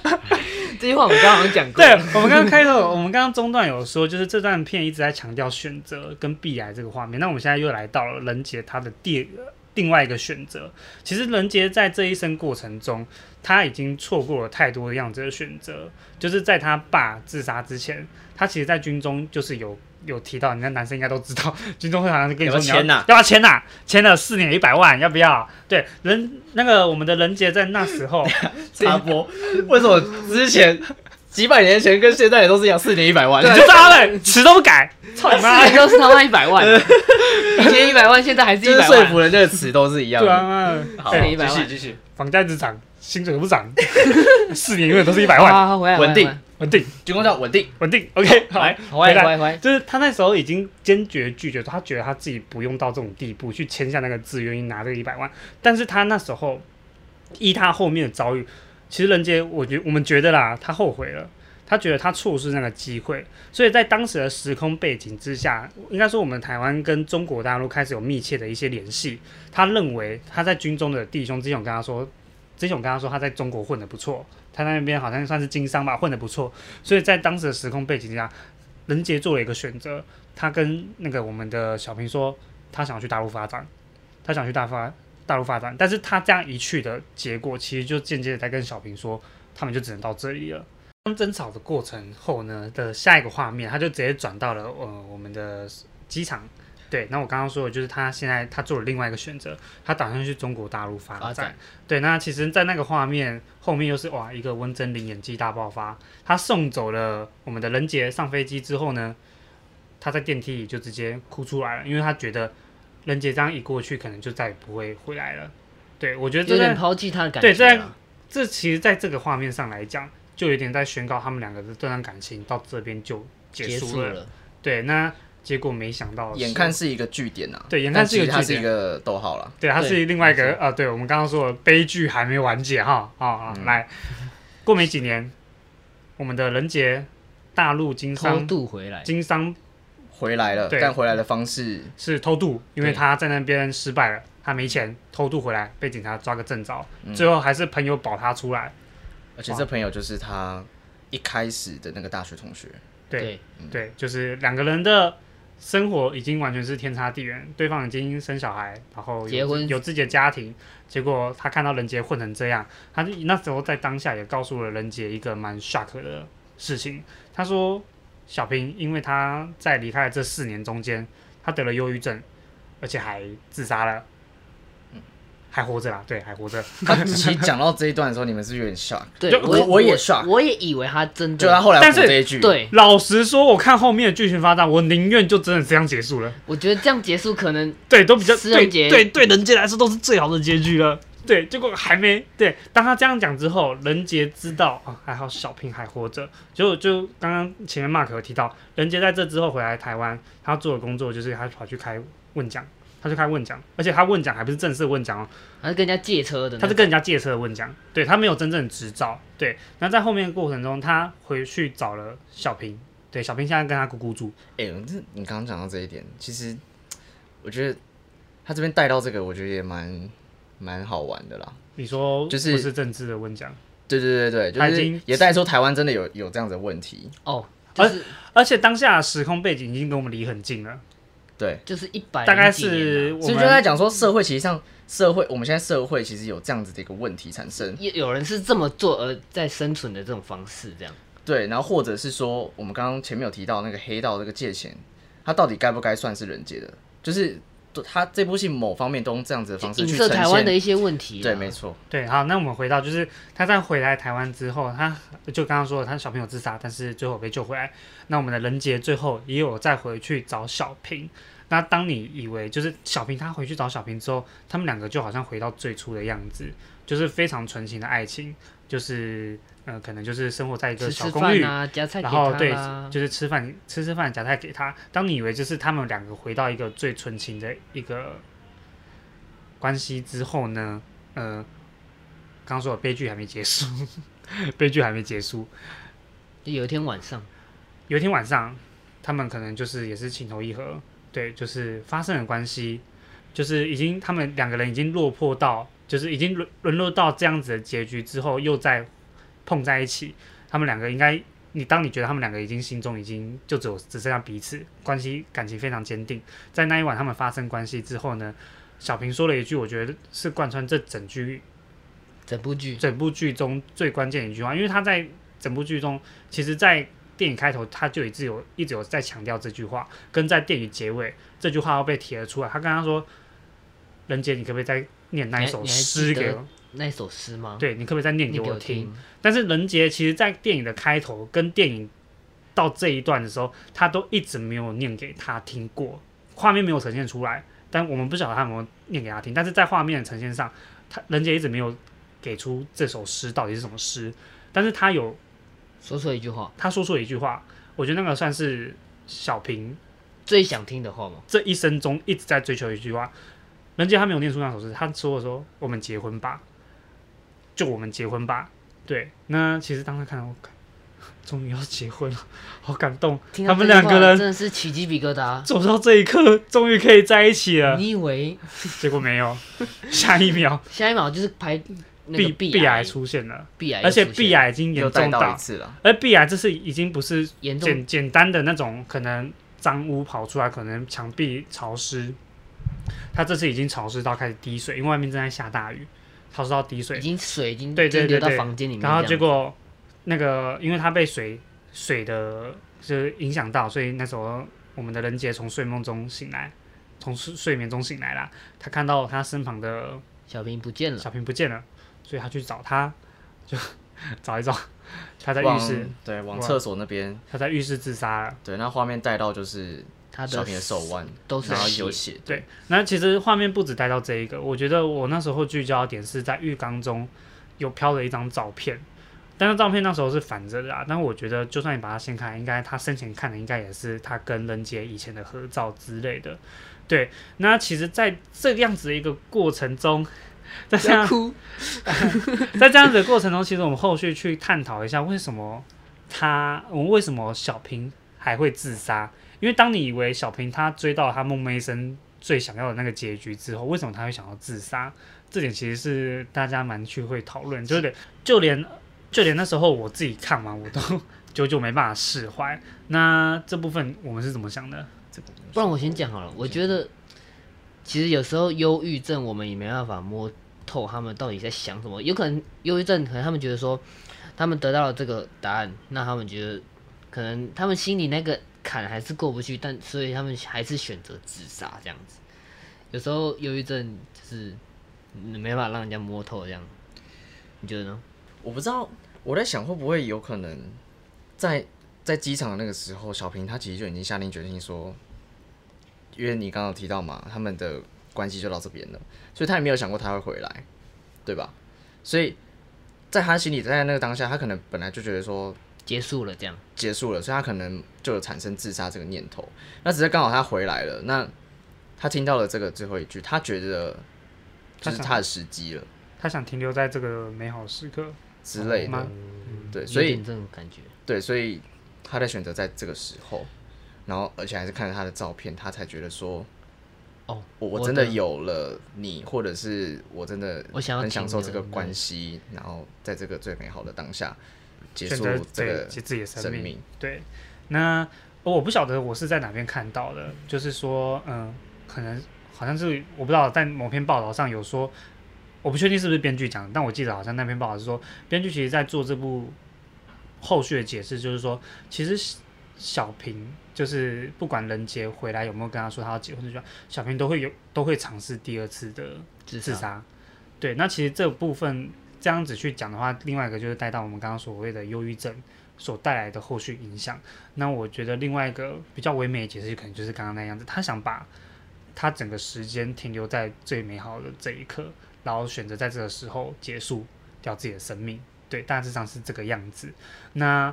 [SPEAKER 2] 这句话我们刚刚好像讲 过，
[SPEAKER 1] 对，我们刚刚开头，我们刚刚中段有说，就是这段片一直在强调选择跟避癌这个画面。那我们现在又来到了任杰他的第另外一个选择。其实任杰在这一生过程中，他已经错过了太多的样子的选择。就是在他爸自杀之前，他其实，在军中就是有。有提到，人家男生应该都知道，军中会好像跟你说
[SPEAKER 3] 要
[SPEAKER 1] 你
[SPEAKER 3] 不
[SPEAKER 1] 要
[SPEAKER 3] 要签呐
[SPEAKER 1] 要不要签呐、签了四年一百万，要不要？对，人那个我们的任杰在那时 候，
[SPEAKER 3] 插播，为什么之前几百年前跟现在也都是一样，四年一百万？
[SPEAKER 1] 你就扎了，死都不 改，操你妈！
[SPEAKER 2] 四年都 是他妈一百万，以前一百万，现在还是
[SPEAKER 3] 就
[SPEAKER 2] 一
[SPEAKER 3] 是
[SPEAKER 2] 百
[SPEAKER 3] 说
[SPEAKER 2] 万。
[SPEAKER 3] 服人这个词都是一样
[SPEAKER 1] 对
[SPEAKER 3] 的。
[SPEAKER 1] 啊，
[SPEAKER 3] 好，
[SPEAKER 1] 对
[SPEAKER 2] 一百万
[SPEAKER 3] 继续，
[SPEAKER 1] 房价一直涨，薪水不涨， 四年永远都是一百万，
[SPEAKER 2] 啊，回来
[SPEAKER 3] 稳定，
[SPEAKER 1] 稳定，
[SPEAKER 3] 军工叫稳定。
[SPEAKER 1] 稳定。OK，好，
[SPEAKER 3] 来
[SPEAKER 2] 回
[SPEAKER 1] 回
[SPEAKER 2] 来
[SPEAKER 1] 来
[SPEAKER 2] 回来回来，
[SPEAKER 1] 就是他那时候已经坚决拒绝，他觉得他自己不用到这种地步去签下那个字，愿意拿这个一百万。但是他那时候依他后面的遭遇，其实人杰，我觉我们觉得啦，他后悔了。他觉得他错失那个机会，所以在当时的时空背景之下，应该说我们台湾跟中国大陆开始有密切的一些联系。他认为他在军中的弟兄之前有跟他说，之前有跟他说他在中国混得不错，他在那边好像算是经商吧，混得不错。所以在当时的时空背景之下，任杰做了一个选择，他跟那个我们的小平说，他想去大陆发展，他想去大发大陆发展，但是他这样一去的结果，其实就间接的在跟小平说，他们就只能到这里了。当争吵的过程后呢的下一个画面，他就直接转到了呃我们的机场。对，那我刚刚说的就是他现在他做了另外一个选择，他打算去中国大陆发
[SPEAKER 2] 发
[SPEAKER 1] 展
[SPEAKER 2] 展。
[SPEAKER 1] 对，那其实，在那个画面后面又是哇，一个温真菱演技大爆发。他送走了我们的任杰，上飞机之后呢，他在电梯里就直接哭出来了，因为他觉得任杰这样一过去，可能就再也不会回来了。对，我觉得
[SPEAKER 2] 有
[SPEAKER 1] 这
[SPEAKER 2] 点
[SPEAKER 1] 在
[SPEAKER 2] 抛弃他的感
[SPEAKER 1] 对
[SPEAKER 2] 觉
[SPEAKER 1] 这
[SPEAKER 2] 啊。
[SPEAKER 1] 这其实在这个画面上来讲，就有点在宣告他们两个的这段感情到这边就结
[SPEAKER 2] 结
[SPEAKER 1] 束
[SPEAKER 2] 束
[SPEAKER 1] 了。
[SPEAKER 2] 了，
[SPEAKER 1] 对，那结果没想到是，
[SPEAKER 3] 眼看是一个据点啊，
[SPEAKER 1] 对眼
[SPEAKER 3] 但
[SPEAKER 1] 看是一个
[SPEAKER 3] 其实它
[SPEAKER 1] 据
[SPEAKER 3] 是
[SPEAKER 1] 点
[SPEAKER 3] 一个逗号了。
[SPEAKER 1] 对，它是
[SPEAKER 2] 对
[SPEAKER 1] 另外一
[SPEAKER 2] 没
[SPEAKER 1] 个啊，对我们刚刚说的悲剧还没完结哈啊啊，
[SPEAKER 3] 嗯
[SPEAKER 1] 来，过没几年，我们的任杰大陆经
[SPEAKER 2] 偷
[SPEAKER 1] 商
[SPEAKER 2] 渡回来，
[SPEAKER 1] 经商
[SPEAKER 3] 回来了，
[SPEAKER 1] 对
[SPEAKER 3] 但回来的方式
[SPEAKER 1] 是偷渡，因为
[SPEAKER 3] 对
[SPEAKER 1] 他在那边失败了，他没钱偷渡回来，被警察抓个正着，最后还是朋友保他出来。
[SPEAKER 3] 而且
[SPEAKER 1] 哇
[SPEAKER 3] 这朋友就是他一开始的那个大学同 学，
[SPEAKER 1] 对，对，就是两个人的生活已经完全是天差地远，对方已经生小孩，然后有
[SPEAKER 2] 结婚
[SPEAKER 1] 有自己的家庭，结果他看到人杰混成这样，他就那时候在当下也告诉了人杰一个蛮 shock 的事情，他说小平因为他在离开的这四年中间，他得了忧郁症，而且还自杀了。还活着啦，对，还活着。
[SPEAKER 3] 他其实讲到这一段的时候，你们是不是有点 shock，
[SPEAKER 1] 就
[SPEAKER 2] 对，
[SPEAKER 3] 我我
[SPEAKER 2] 我
[SPEAKER 3] 也 shock
[SPEAKER 2] 我也以为他真
[SPEAKER 3] 就他
[SPEAKER 2] 的，
[SPEAKER 3] 后来
[SPEAKER 1] 但
[SPEAKER 3] 补
[SPEAKER 1] 是
[SPEAKER 3] 这一句，，
[SPEAKER 2] 对，
[SPEAKER 1] 老实说，我看后面的剧情发展，我宁愿就真的这样结束了。
[SPEAKER 2] 我觉得这样结束可能
[SPEAKER 1] 对，都比较
[SPEAKER 2] 私
[SPEAKER 1] 对
[SPEAKER 2] 人节
[SPEAKER 1] 对对人杰来说都是最好的结局了。对，结果还没对。当他这样讲之后，人杰知道啊，还好小平还活着。结果就刚刚前面 Mark 有提到，人杰在这之后回来台湾，他做的工作就是他跑去开问讲，他去开问讲，而且他问讲还不是正式问讲哦，
[SPEAKER 2] 还是跟人家借车的那种，
[SPEAKER 1] 他是跟人家借车的问讲，对他没有真正的执照。对，那在后面的过程中，他回去找了小平，对，小平现在跟他姑姑住，
[SPEAKER 3] 哎、这你刚刚讲到这一点，其实我觉得他这边带到这个，我觉得也蛮蛮好玩的啦。
[SPEAKER 1] 你说
[SPEAKER 3] 就是
[SPEAKER 1] 不是政治的问讲？
[SPEAKER 3] 对对对
[SPEAKER 1] 他
[SPEAKER 3] 对，
[SPEAKER 1] 已
[SPEAKER 3] 就
[SPEAKER 1] 经
[SPEAKER 3] 是也带出台湾真的有有这样子的问题，
[SPEAKER 2] 哦，就是
[SPEAKER 1] 而且当下的时空背景已经跟我们离很近了。
[SPEAKER 3] 对，
[SPEAKER 2] 就是一百
[SPEAKER 1] 大概
[SPEAKER 2] 零几年
[SPEAKER 1] 是
[SPEAKER 2] 啊
[SPEAKER 1] 我
[SPEAKER 3] 所以
[SPEAKER 1] 们
[SPEAKER 3] 就在讲说社会其实上社会我们现在社会其实有这样子的一个问题产生，
[SPEAKER 2] 有有人是这么做而在生存的这种方式，这样
[SPEAKER 3] 对，然后或者是说我们刚刚前面有提到那个黑道这个界限，它到底该不该算是人界的，就是他这部戏某方面都用这样子的方
[SPEAKER 2] 就
[SPEAKER 3] 式
[SPEAKER 2] 影
[SPEAKER 3] 去
[SPEAKER 2] 射
[SPEAKER 3] 呈
[SPEAKER 2] 台湾的
[SPEAKER 3] 现，
[SPEAKER 2] 一些问题啊。
[SPEAKER 3] 对，没错，
[SPEAKER 1] 对，好，那我们回到就是他在回来台湾之后，他就刚刚说了，他小朋友自杀，但是最后被救回来。那我们的人杰最后也有再回去找小平。那当你以为就是小平，他回去找小平之后，他们两个就好像回到最初的样子，就是非常纯情的爱情，就是呃，可能就是生活在一个
[SPEAKER 2] 吃
[SPEAKER 1] 小
[SPEAKER 2] 吃
[SPEAKER 1] 公
[SPEAKER 2] 饭
[SPEAKER 1] 寓，
[SPEAKER 2] 啊，夹菜给
[SPEAKER 1] 然
[SPEAKER 2] 他
[SPEAKER 1] 后对
[SPEAKER 2] 啦，。
[SPEAKER 1] 就是吃饭吃吃饭夹菜给他。当你以为就是他们两个回到一个最纯情的一个关系之后呢，呃，刚刚说的悲剧还没结束， 悲剧还没结束。
[SPEAKER 2] 就有一天晚上，
[SPEAKER 1] 有一天晚上，他们可能就是也是情投意合，对，就是发生了关系，就是已经他们两个人已经落魄到，就是已经沦沦落到这样子的结局之后，又再碰在一起，他们两个应该，你当你觉得他们两个已经心中已经就只有只剩下彼此，关系感情非常坚定，在那一晚他们发生关系之后呢，小平说了一句，我觉得是贯穿这整句
[SPEAKER 2] 整部剧
[SPEAKER 1] 整部剧中最关键的一句话，因为他在整部剧中，其实，在电影开头他就一直有一直有在强调这句话，跟在电影结尾这句话要被提了出来。他跟他说：“任杰，你可不可以再念那一首
[SPEAKER 2] 你还你还
[SPEAKER 1] 诗
[SPEAKER 2] 记得
[SPEAKER 1] 给我？
[SPEAKER 2] 那首诗吗？，
[SPEAKER 1] 对，你可不可以再念
[SPEAKER 2] 你
[SPEAKER 1] 给
[SPEAKER 2] 给
[SPEAKER 1] 我
[SPEAKER 2] 我
[SPEAKER 1] 听？”
[SPEAKER 2] 听。
[SPEAKER 1] 但是任杰其实，在电影的开头跟电影到这一段的时候，他都一直没有念给他听过，画面没有呈现出来。但我们不晓得他有没有念给他听，但是在画面的呈现上，他任杰一直没有给出这首诗到底是什么诗，但是他有
[SPEAKER 2] 说错一句话，
[SPEAKER 1] 他说出了一句话，我觉得那个算是小平
[SPEAKER 2] 最想听的话吗？
[SPEAKER 1] 这一生中一直在追求一句话，人家他没有念出那首诗，他说的说我们结婚吧，就我们结婚吧。对，那其实当时看到我，看终于要结婚了，好感动，
[SPEAKER 2] 听
[SPEAKER 1] 他
[SPEAKER 2] 到
[SPEAKER 1] 们
[SPEAKER 2] 这句
[SPEAKER 1] 两个
[SPEAKER 2] 话
[SPEAKER 1] 人
[SPEAKER 2] 真的是起鸡皮疙瘩。啊
[SPEAKER 1] 走到这一刻，终于可以在一起了。
[SPEAKER 2] 你以为
[SPEAKER 1] 结果没有，下一秒
[SPEAKER 2] 下一秒就是排 那
[SPEAKER 1] 必
[SPEAKER 2] 个
[SPEAKER 1] 必
[SPEAKER 2] 癌
[SPEAKER 1] 癌出现了，
[SPEAKER 2] 必癌又
[SPEAKER 1] 而且
[SPEAKER 2] 出现
[SPEAKER 1] 必癌已经
[SPEAKER 3] 又
[SPEAKER 1] 严
[SPEAKER 3] 带
[SPEAKER 1] 重
[SPEAKER 3] 到一
[SPEAKER 1] 到，
[SPEAKER 3] 次了，
[SPEAKER 1] 而必癌这是已经不是
[SPEAKER 2] 严重
[SPEAKER 1] 简简单的那种可能脏污跑出来，可能墙壁潮湿，它这次已经潮湿到开始滴水，因为外面正在下大雨，潮湿到滴水
[SPEAKER 2] 已，经水已经
[SPEAKER 1] 对对
[SPEAKER 2] 就流
[SPEAKER 1] 对
[SPEAKER 2] 到
[SPEAKER 1] 对
[SPEAKER 2] 房间里面这
[SPEAKER 1] 然
[SPEAKER 2] 样
[SPEAKER 1] 后
[SPEAKER 2] 子，
[SPEAKER 1] 结果那个因为它被水水的就是影响到，所以那时候我们的人杰从睡梦中醒来，从睡睡眠中醒来啦，他看到他身旁的
[SPEAKER 2] 小平不见了，
[SPEAKER 1] 小平不见了，所以他去找他，就 找一找，他在浴
[SPEAKER 3] 往
[SPEAKER 1] 室，
[SPEAKER 3] 对，往
[SPEAKER 1] 哇
[SPEAKER 3] 厕所那边，
[SPEAKER 1] 他在浴室自杀了。
[SPEAKER 3] 对，那画面带到就是
[SPEAKER 2] 他
[SPEAKER 3] 小
[SPEAKER 2] 的
[SPEAKER 3] 平的手腕
[SPEAKER 2] 都是
[SPEAKER 3] 然后
[SPEAKER 2] 血
[SPEAKER 3] 有血，
[SPEAKER 1] 对，那其实画面不止带到这一个，我觉得我那时候聚焦的点是在浴缸中有飘了一张照片，但是照片那时候是反着的啊。但我觉得，就算你把它掀开，应该他生前看的应该也是他跟任杰以前的合照之类的。对，那其实，在这样子的一个过程中，在这样
[SPEAKER 2] 要哭，
[SPEAKER 1] 在这样子的过程中，其实我们后续去探讨一下，为什么他，我们为什么小平还会自杀，因为当你以为小平他追到他梦寐一生最想要的那个结局之后，为什么他会想要自杀？这点其实是大家蛮去会讨论，就是就连就连那时候我自己看完，我都 久久没办法释怀。那这部分我们是怎么想的？
[SPEAKER 2] 不然我先讲好了，
[SPEAKER 3] 嗯
[SPEAKER 2] 我觉得其实有时候忧郁症我们也没办法摸透他们到底在想什么，有可能忧郁症可能他们觉得说他们得到了这个答案，那他们觉得可能他们心里那个坎还是过不去，但所以他们还是选择自杀这样子。有时候忧郁症就是嗯没办法让人家摸透这样，你觉得呢？
[SPEAKER 3] 我不知道我在想会不会有可能在在机场的那个时候，小平他其实就已经下定决心说，因为你刚刚有提到嘛，他们的关系就到这边了，所以他也没有想过他会回来，对吧？所以在他心里，在那个当下，他可能本来就觉得说
[SPEAKER 2] 结束了这样，
[SPEAKER 3] 结束了，所以他可能就有产生自杀这个念头。那只是刚好他回来了，那他听到了这个最后一句，他觉得
[SPEAKER 1] 他
[SPEAKER 3] 就是
[SPEAKER 1] 想
[SPEAKER 3] 他的时机了
[SPEAKER 1] 他想停留在这个美好时刻
[SPEAKER 3] 之类
[SPEAKER 1] 吗
[SPEAKER 3] 的，？对，所
[SPEAKER 2] 有
[SPEAKER 3] 以
[SPEAKER 2] 点这种感觉。
[SPEAKER 3] 对，所以他在选择在这个时候，然后而且还是看着他的照片，他才觉得说，
[SPEAKER 2] 哦，
[SPEAKER 3] 我
[SPEAKER 2] 我
[SPEAKER 3] 真的
[SPEAKER 2] 的
[SPEAKER 3] 有了你，或者是我真的
[SPEAKER 2] 我想要
[SPEAKER 3] 很享受这
[SPEAKER 2] 停
[SPEAKER 3] 个
[SPEAKER 2] 留
[SPEAKER 3] 关系，然后在这个最美好的当下结
[SPEAKER 1] 选
[SPEAKER 3] 束
[SPEAKER 1] 择
[SPEAKER 3] 这
[SPEAKER 1] 对
[SPEAKER 3] 个
[SPEAKER 1] 自己的
[SPEAKER 3] 生
[SPEAKER 1] 生命。
[SPEAKER 3] 命。
[SPEAKER 1] 对，那哦我不晓得我是在哪边看到的，就是说，嗯、可能好像是我不知道，在某篇报道上有说，我不确定是不是编剧讲的，但我记得好像那篇报道是说，编剧其实在做这部后续的解释，就是说，其实小小平就是不管人杰回来有没有跟他说他要结婚这句话，小平都会有都会尝试第二次的
[SPEAKER 2] 自
[SPEAKER 1] 自
[SPEAKER 2] 杀
[SPEAKER 1] 杀。对，那其实这部分这样子去讲的话，另外一个就是带到我们刚刚所谓的忧郁症所带来的后续影响。那我觉得另外一个比较唯美的解释，可能就是刚刚那样子，他想把他整个时间停留在最美好的这一刻，然后选择在这个时候结束掉自己的生命。对，大致上是这个样子。那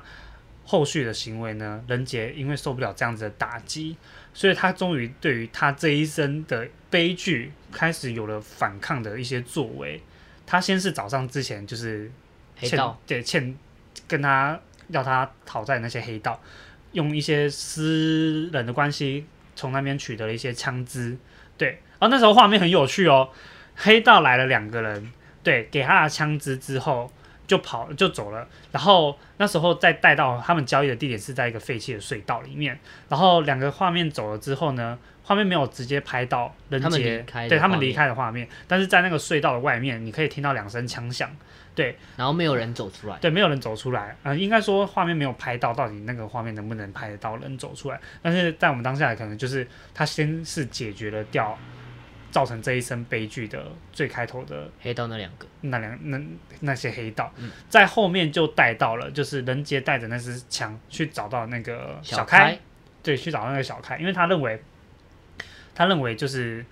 [SPEAKER 1] 后续的行为呢？任杰因为受不了这样子的打击，所以他终于对于他这一生的悲剧开始有了反抗的一些作为。他先是早上之前就是
[SPEAKER 2] 黑
[SPEAKER 1] 欠
[SPEAKER 2] 道
[SPEAKER 1] 对欠跟他要他讨债的那些黑道，用一些私人的关系从那边取得了一些枪支。对，然后那时候画面很有趣哦，黑道来了两个人，对，给他的枪支之后就跑就走了，然后那时候再带到他们交易的地点是在一个废弃的隧道里面，然后两个画面走了之后呢，画面没有直接拍到人
[SPEAKER 2] 他们
[SPEAKER 1] 杰
[SPEAKER 2] 离开的
[SPEAKER 1] 对他
[SPEAKER 2] 画
[SPEAKER 1] 们离
[SPEAKER 2] 面
[SPEAKER 1] 开的画面，但是在那个隧道的外面，你可以听到两声枪响。
[SPEAKER 2] 然后没有人走出来。
[SPEAKER 1] 对，没有人走出来。嗯、应该说画面没有拍到，到底那个画面能不能拍得到人走出来？但是在我们当下，可能就是他先是解决了掉造成这一生悲剧的最开头的
[SPEAKER 2] 黑道那两个，
[SPEAKER 1] 那两那那些黑道，在后面就带到了，就是人杰带着那支枪去找到那个小开，
[SPEAKER 2] 开
[SPEAKER 1] 对，去找那个小开，因为他认为他认为就是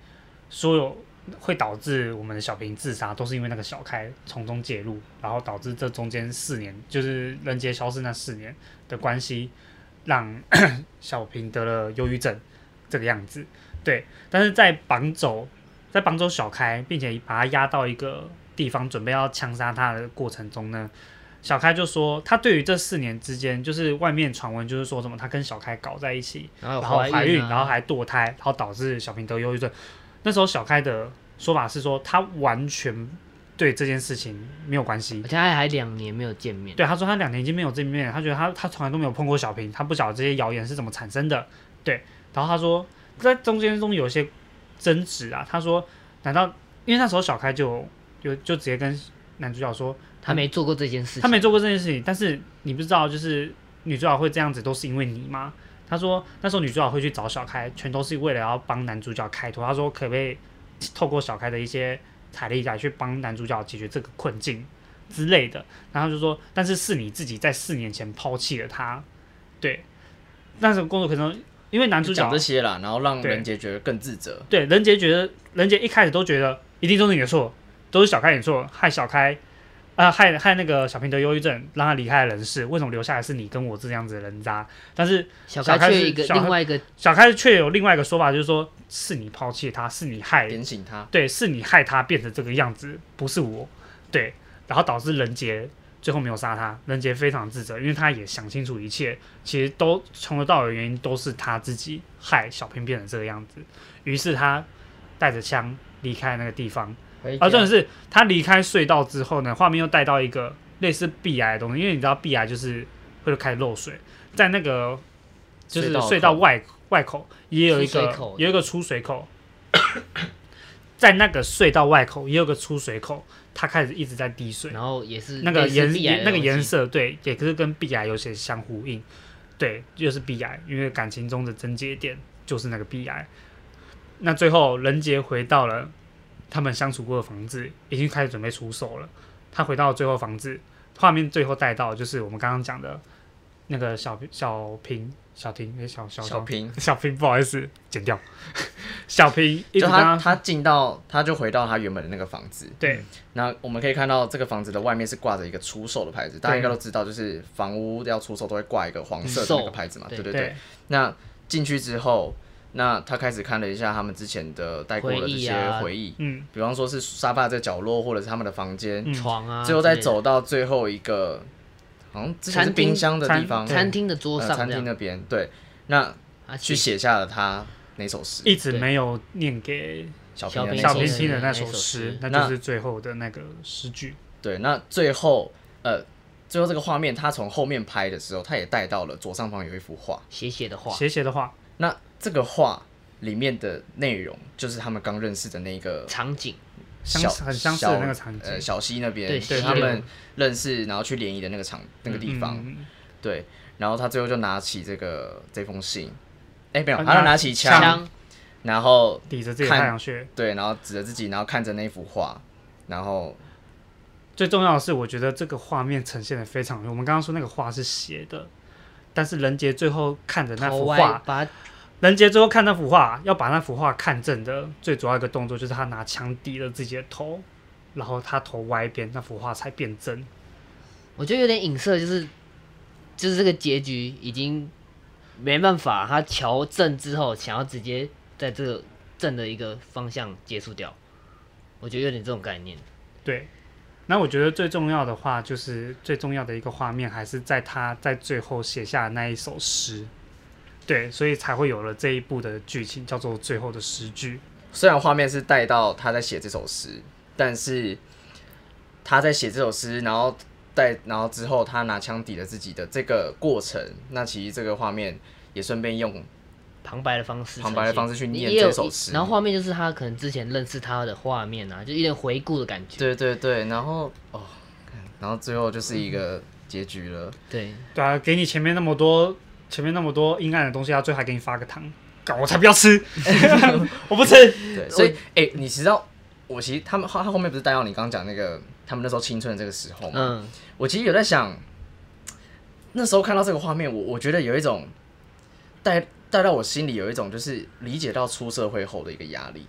[SPEAKER 1] 所有会导致我们的小平自杀，都是因为那个小开从中介入，然后导致这中间四年就是人杰消失那四年的关系，让 小平得了忧郁症这个样子。对，但是在绑走在绑走小开，并且把他压到一个地方，准备要枪杀他的过程中呢，小开就说他对于这四年之间，就是外面传闻就是说什么他跟小开搞在一起，
[SPEAKER 2] 然后
[SPEAKER 1] 然
[SPEAKER 2] 有
[SPEAKER 1] 后怀
[SPEAKER 2] 孕
[SPEAKER 1] 孕，
[SPEAKER 2] 啊，
[SPEAKER 1] 然后还堕胎，然后导致小平得忧郁症。那时候小开的说法是说他完全对这件事情没有关系
[SPEAKER 2] 而，且还还两年没有见面，
[SPEAKER 1] 对，他说他两年已经没有见面了，他觉得他他从来都没有碰过小平，他不晓得这些谣言是怎么产生的。对，然后他说在中间中有一些争执啊，他说难道因为那时候小开就有就直接跟男主角说
[SPEAKER 2] 他没做过这件事情，
[SPEAKER 1] 他没做过这件事情，但是你不知道就是女主角会这样子都是因为你吗？他说那时候女主角会去找小开，全都是为了要帮男主角开脱。他说可不可以透过小开的一些财力来去帮男主角解决这个困境之类的。然后就说，但是是你自己在四年前抛弃了他，对。那时候工作可能因为男主
[SPEAKER 3] 就
[SPEAKER 1] 角
[SPEAKER 3] 讲这些啦，然后让
[SPEAKER 1] 对
[SPEAKER 3] 人杰觉得更自责。
[SPEAKER 1] 对任杰觉得任杰一开始都觉得一定都是你的错，都是小开你的错，害小开啊、害害那个小平得忧郁症，让他离开了人世，为什么留下来是你跟我这样子的人渣？但是
[SPEAKER 2] 小
[SPEAKER 1] 小
[SPEAKER 2] 开
[SPEAKER 1] 开
[SPEAKER 2] 却
[SPEAKER 1] 是
[SPEAKER 2] 有一个
[SPEAKER 1] 小开哦
[SPEAKER 2] 另外一个
[SPEAKER 1] 小开却有另外一个说法，就是说是你抛弃了他，是你害
[SPEAKER 3] 点醒他，
[SPEAKER 1] 对，是你害他变成这个样子，不是我，对，然后导致人杰最后没有杀他，任杰非常自责，因为他也想清楚一切，其实都从头到尾的原因都是他自己害小平变成这个样子。于是他带着枪离开那个地方，
[SPEAKER 2] 回
[SPEAKER 1] 哦而重
[SPEAKER 2] 家
[SPEAKER 1] 点是他离开隧道之后呢，画面又带到一个类似壁癌的东西，因为你知道壁癌就是会开始漏水，在那个就是
[SPEAKER 3] 隧道口
[SPEAKER 1] 隧道外外口也有一
[SPEAKER 2] 出水
[SPEAKER 1] 个
[SPEAKER 2] 口
[SPEAKER 1] 有一个出水口，在那个隧道外口也有个出水口，它开始一直在滴水，
[SPEAKER 2] 然后也是
[SPEAKER 1] 那个
[SPEAKER 2] 类似
[SPEAKER 1] 颜
[SPEAKER 2] 壁癌的
[SPEAKER 1] 那个
[SPEAKER 2] 东
[SPEAKER 1] 颜
[SPEAKER 2] 西，
[SPEAKER 1] 色对，也是跟壁癌有些相呼应，对，就是壁癌，因为感情中的症结点就是那个壁癌。那最后，任杰回到了他们相处过的房子，已经开始准备出手了。他回到最后房子，画面最后带到就是我们刚刚讲的那个小小平、小婷、诶小小
[SPEAKER 3] 小平，
[SPEAKER 1] 小平，不好意思，剪掉。 小平一直
[SPEAKER 3] 就
[SPEAKER 1] 跟
[SPEAKER 3] 他
[SPEAKER 1] 他
[SPEAKER 2] 嗯
[SPEAKER 3] 他进到他就回到他原本的那个房子，
[SPEAKER 1] 对
[SPEAKER 3] 那我们可以看到这个房子的外面是挂着一个出售的牌子，大家
[SPEAKER 1] 对
[SPEAKER 3] 应该都知道，就是房屋要出售都会挂一个黄色的那个牌子嘛，
[SPEAKER 2] 售
[SPEAKER 3] 对对对。那进去之后，那他开始看了一下他们之前的带过的这些
[SPEAKER 2] 回忆啊
[SPEAKER 3] 回忆，
[SPEAKER 1] 嗯，
[SPEAKER 3] 比方说是沙发的角落，或者是他们的房间，
[SPEAKER 1] 嗯
[SPEAKER 2] 床啊，
[SPEAKER 3] 最后再。走到最后一个，好像之前是
[SPEAKER 2] 餐厅
[SPEAKER 3] 冰箱的地方，
[SPEAKER 1] 对
[SPEAKER 2] 餐厅的桌
[SPEAKER 3] 呃
[SPEAKER 2] 上
[SPEAKER 3] 餐
[SPEAKER 2] 这
[SPEAKER 3] 厅
[SPEAKER 2] 样，
[SPEAKER 3] 那边，对，那
[SPEAKER 2] 啊
[SPEAKER 3] 去写下了他哪首诗，
[SPEAKER 1] 一直
[SPEAKER 2] 对
[SPEAKER 1] 没有念给
[SPEAKER 3] 小
[SPEAKER 2] 小
[SPEAKER 3] 平的
[SPEAKER 2] 平
[SPEAKER 3] 那
[SPEAKER 1] 小
[SPEAKER 3] 首
[SPEAKER 1] 平
[SPEAKER 2] 平
[SPEAKER 3] 诗
[SPEAKER 1] 听的那
[SPEAKER 2] 那
[SPEAKER 1] 首
[SPEAKER 2] 首
[SPEAKER 1] 诗
[SPEAKER 2] 诗，
[SPEAKER 1] 那
[SPEAKER 3] 那
[SPEAKER 1] 就是最后的那个诗句。
[SPEAKER 3] 对，那最后呃，最后这个画面，他从后面拍的时候，他也带到了左上方有一幅画。
[SPEAKER 2] 写写的话，
[SPEAKER 1] 写写的话，
[SPEAKER 3] 那这个画里面的内容，就是他们刚认识的那个
[SPEAKER 2] 场景
[SPEAKER 1] 相
[SPEAKER 3] 小
[SPEAKER 1] 很相似的那个场景
[SPEAKER 3] 小呃，小溪那边，
[SPEAKER 2] 对
[SPEAKER 3] 对
[SPEAKER 2] 溪
[SPEAKER 3] 他
[SPEAKER 2] 流
[SPEAKER 3] 们认识，然后去联谊的那个场那个地方，
[SPEAKER 1] 嗯
[SPEAKER 3] 对。然后他最后就拿起这个这封信，哎、没有，
[SPEAKER 1] 啊
[SPEAKER 3] 他就
[SPEAKER 1] 拿
[SPEAKER 3] 拿起
[SPEAKER 1] 枪
[SPEAKER 3] 枪，然后
[SPEAKER 1] 抵着自己的
[SPEAKER 3] 看
[SPEAKER 1] 太阳穴。
[SPEAKER 3] 对，然后指着自己，然后看着那幅画，然后
[SPEAKER 1] 最重要的是，我觉得这个画面呈现的非常，我们刚刚说那个画是斜的，但是人杰最后看着那
[SPEAKER 2] 头
[SPEAKER 1] 幅
[SPEAKER 2] 歪
[SPEAKER 1] 画，
[SPEAKER 2] 把
[SPEAKER 1] 人杰最后看那幅画，要把那幅画看正的最主要一个动作就是他拿枪抵了自己的头，然后他头歪一边，那幅画才变正。
[SPEAKER 2] 我觉得有点影射，就是就是这个结局已经没办法，他乔正之后想要直接在这个正的一个方向结束掉，我觉得有点这种概念。
[SPEAKER 1] 对，那我觉得最重要的话，就是最重要的一个画面，还是在他在最后写下的那一首诗。对，所以才会有了这一部的剧情，叫做《最后的诗句》。
[SPEAKER 3] 虽然画面是带到他在写这首诗，但是他在写这首诗，然后带，然后之后他拿枪抵了自己的这个过程，那其实这个画面也顺便用
[SPEAKER 2] 旁白的方式呈现，
[SPEAKER 3] 旁白的方式去念
[SPEAKER 2] 也有
[SPEAKER 3] 这首诗
[SPEAKER 2] 然后画面就是他可能之前认识他的画面啊，就有点回顾的感觉。
[SPEAKER 3] 对对对，然后哦，看然后最后就是一个结局了，
[SPEAKER 2] 对，
[SPEAKER 1] 对啊，给你前面那么多，前面那么多阴暗的东西，他最后还给你发个糖，搞我才不要吃，我不吃。
[SPEAKER 3] 对，所以哎、你知道我其实他们他他后面不是带到你刚刚讲那个他们那时候青春的这个时候吗？
[SPEAKER 2] 嗯，
[SPEAKER 3] 我其实有在想，那时候看到这个画面，我我觉得有一种带带到我心里有一种就是理解到出社会后的一个压力，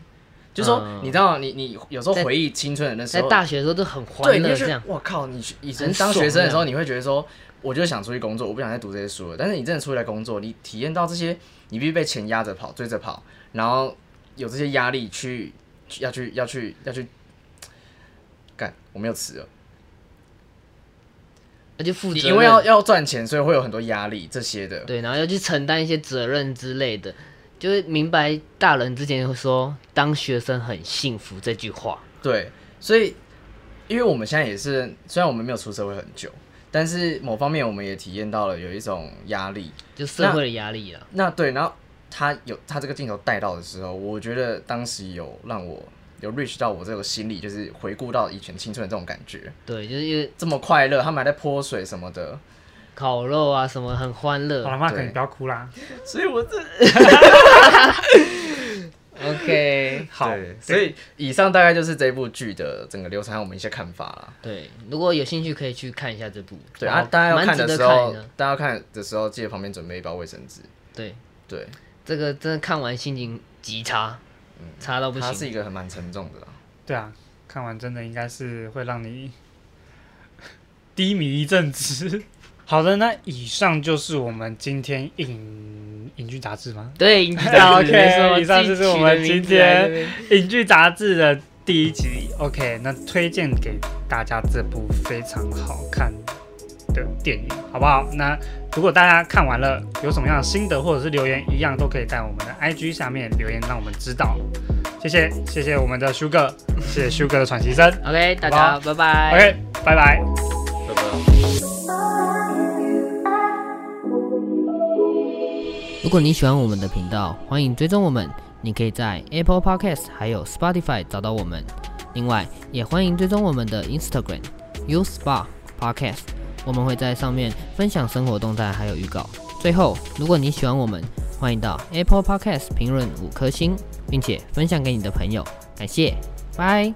[SPEAKER 3] 就是说、
[SPEAKER 2] 嗯
[SPEAKER 3] 你知道，你你有时候
[SPEAKER 2] 在
[SPEAKER 3] 回忆青春的那时
[SPEAKER 2] 在
[SPEAKER 3] 候，
[SPEAKER 2] 大学的时候都很欢
[SPEAKER 3] 对，你
[SPEAKER 2] 乐
[SPEAKER 3] 就
[SPEAKER 2] 这
[SPEAKER 3] 觉
[SPEAKER 2] 样
[SPEAKER 3] 得，我靠，你以前
[SPEAKER 2] 很
[SPEAKER 3] 当学生的时
[SPEAKER 2] 爽
[SPEAKER 3] 候，你会觉得说，我就想出去工作，我不想再读这些书了。但是你真的出来工作，你体验到这些，你必须被钱压着跑，追着跑，然后有这些压力去去要去要去要去干，我没有词了。
[SPEAKER 2] 那就负责
[SPEAKER 3] 你
[SPEAKER 2] 任，
[SPEAKER 3] 因为要要赚钱，所以会有很多压力这些的。
[SPEAKER 2] 对，然后要去承担一些责任之类的，就是明白大人之前会说“当学生很幸福”这句话。
[SPEAKER 3] 对，所以因为我们现在也是，虽然我们没有出社会很久，但是某方面我们也体验到了有一种压力。
[SPEAKER 2] 就社会的压力啊，
[SPEAKER 3] 那对，然后他有他这个镜头带到的时候，我觉得当时有让我有 reach 到我这个心里，就是回顾到以前青春的这种感觉，
[SPEAKER 2] 对，就是因为
[SPEAKER 3] 这么快乐，他们还在泼水什么的，
[SPEAKER 2] 烤肉啊什么很欢
[SPEAKER 1] 好
[SPEAKER 2] 乐。
[SPEAKER 1] 了，妈，可
[SPEAKER 3] 对
[SPEAKER 1] 你不要哭啦。
[SPEAKER 3] 所以我这
[SPEAKER 2] OK，
[SPEAKER 1] 好，
[SPEAKER 3] 对所以以上大概就是这部剧的整个流程，还有我们一些看法啦。
[SPEAKER 2] 对，如果有兴趣可以去看一下这部。
[SPEAKER 3] 对
[SPEAKER 2] 然
[SPEAKER 3] 啊
[SPEAKER 2] 后，
[SPEAKER 3] 大家要看
[SPEAKER 2] 蛮值
[SPEAKER 3] 的
[SPEAKER 2] 得
[SPEAKER 3] 时
[SPEAKER 2] 看
[SPEAKER 3] 候
[SPEAKER 2] 的。，
[SPEAKER 3] 大家要看的时候记得旁边准备一包卫生纸。
[SPEAKER 2] 对，
[SPEAKER 3] 对，
[SPEAKER 2] 这个真的看完心情极差，差到不
[SPEAKER 3] 它是
[SPEAKER 2] 行。
[SPEAKER 3] 一个很蛮沉重的啦。
[SPEAKER 1] 对啊，看完真的应该是会让你 低迷一阵子。 好的，那以上就是我们今天影影剧杂志吗？
[SPEAKER 2] 对，你知道
[SPEAKER 1] OK，以上就是我们今天影剧杂志的第一集。OK，那推荐给大家这部非常好看的电影，好不好？那如果大家看完了有什么样的心得或者是留言，一样都可以在我们的 IG 下面留言，让我们知道。谢谢，谢谢我们的 Sugar，谢谢 Sugar 的喘息声。
[SPEAKER 2] OK，大家拜拜。
[SPEAKER 1] OK，拜拜。
[SPEAKER 3] 拜拜。
[SPEAKER 2] 如果你喜欢我们的频道，欢迎追踪我们。你可以在 Apple Podcast 还有 Spotify 找到我们。另外，也欢迎追踪我们的 Instagram U Spa Podcast，我们会在上面分享生活动态还有预告。最后，如果你喜欢我们，欢迎到 Apple Podcast 评论五颗星，并且分享给你的朋友。感谢，拜。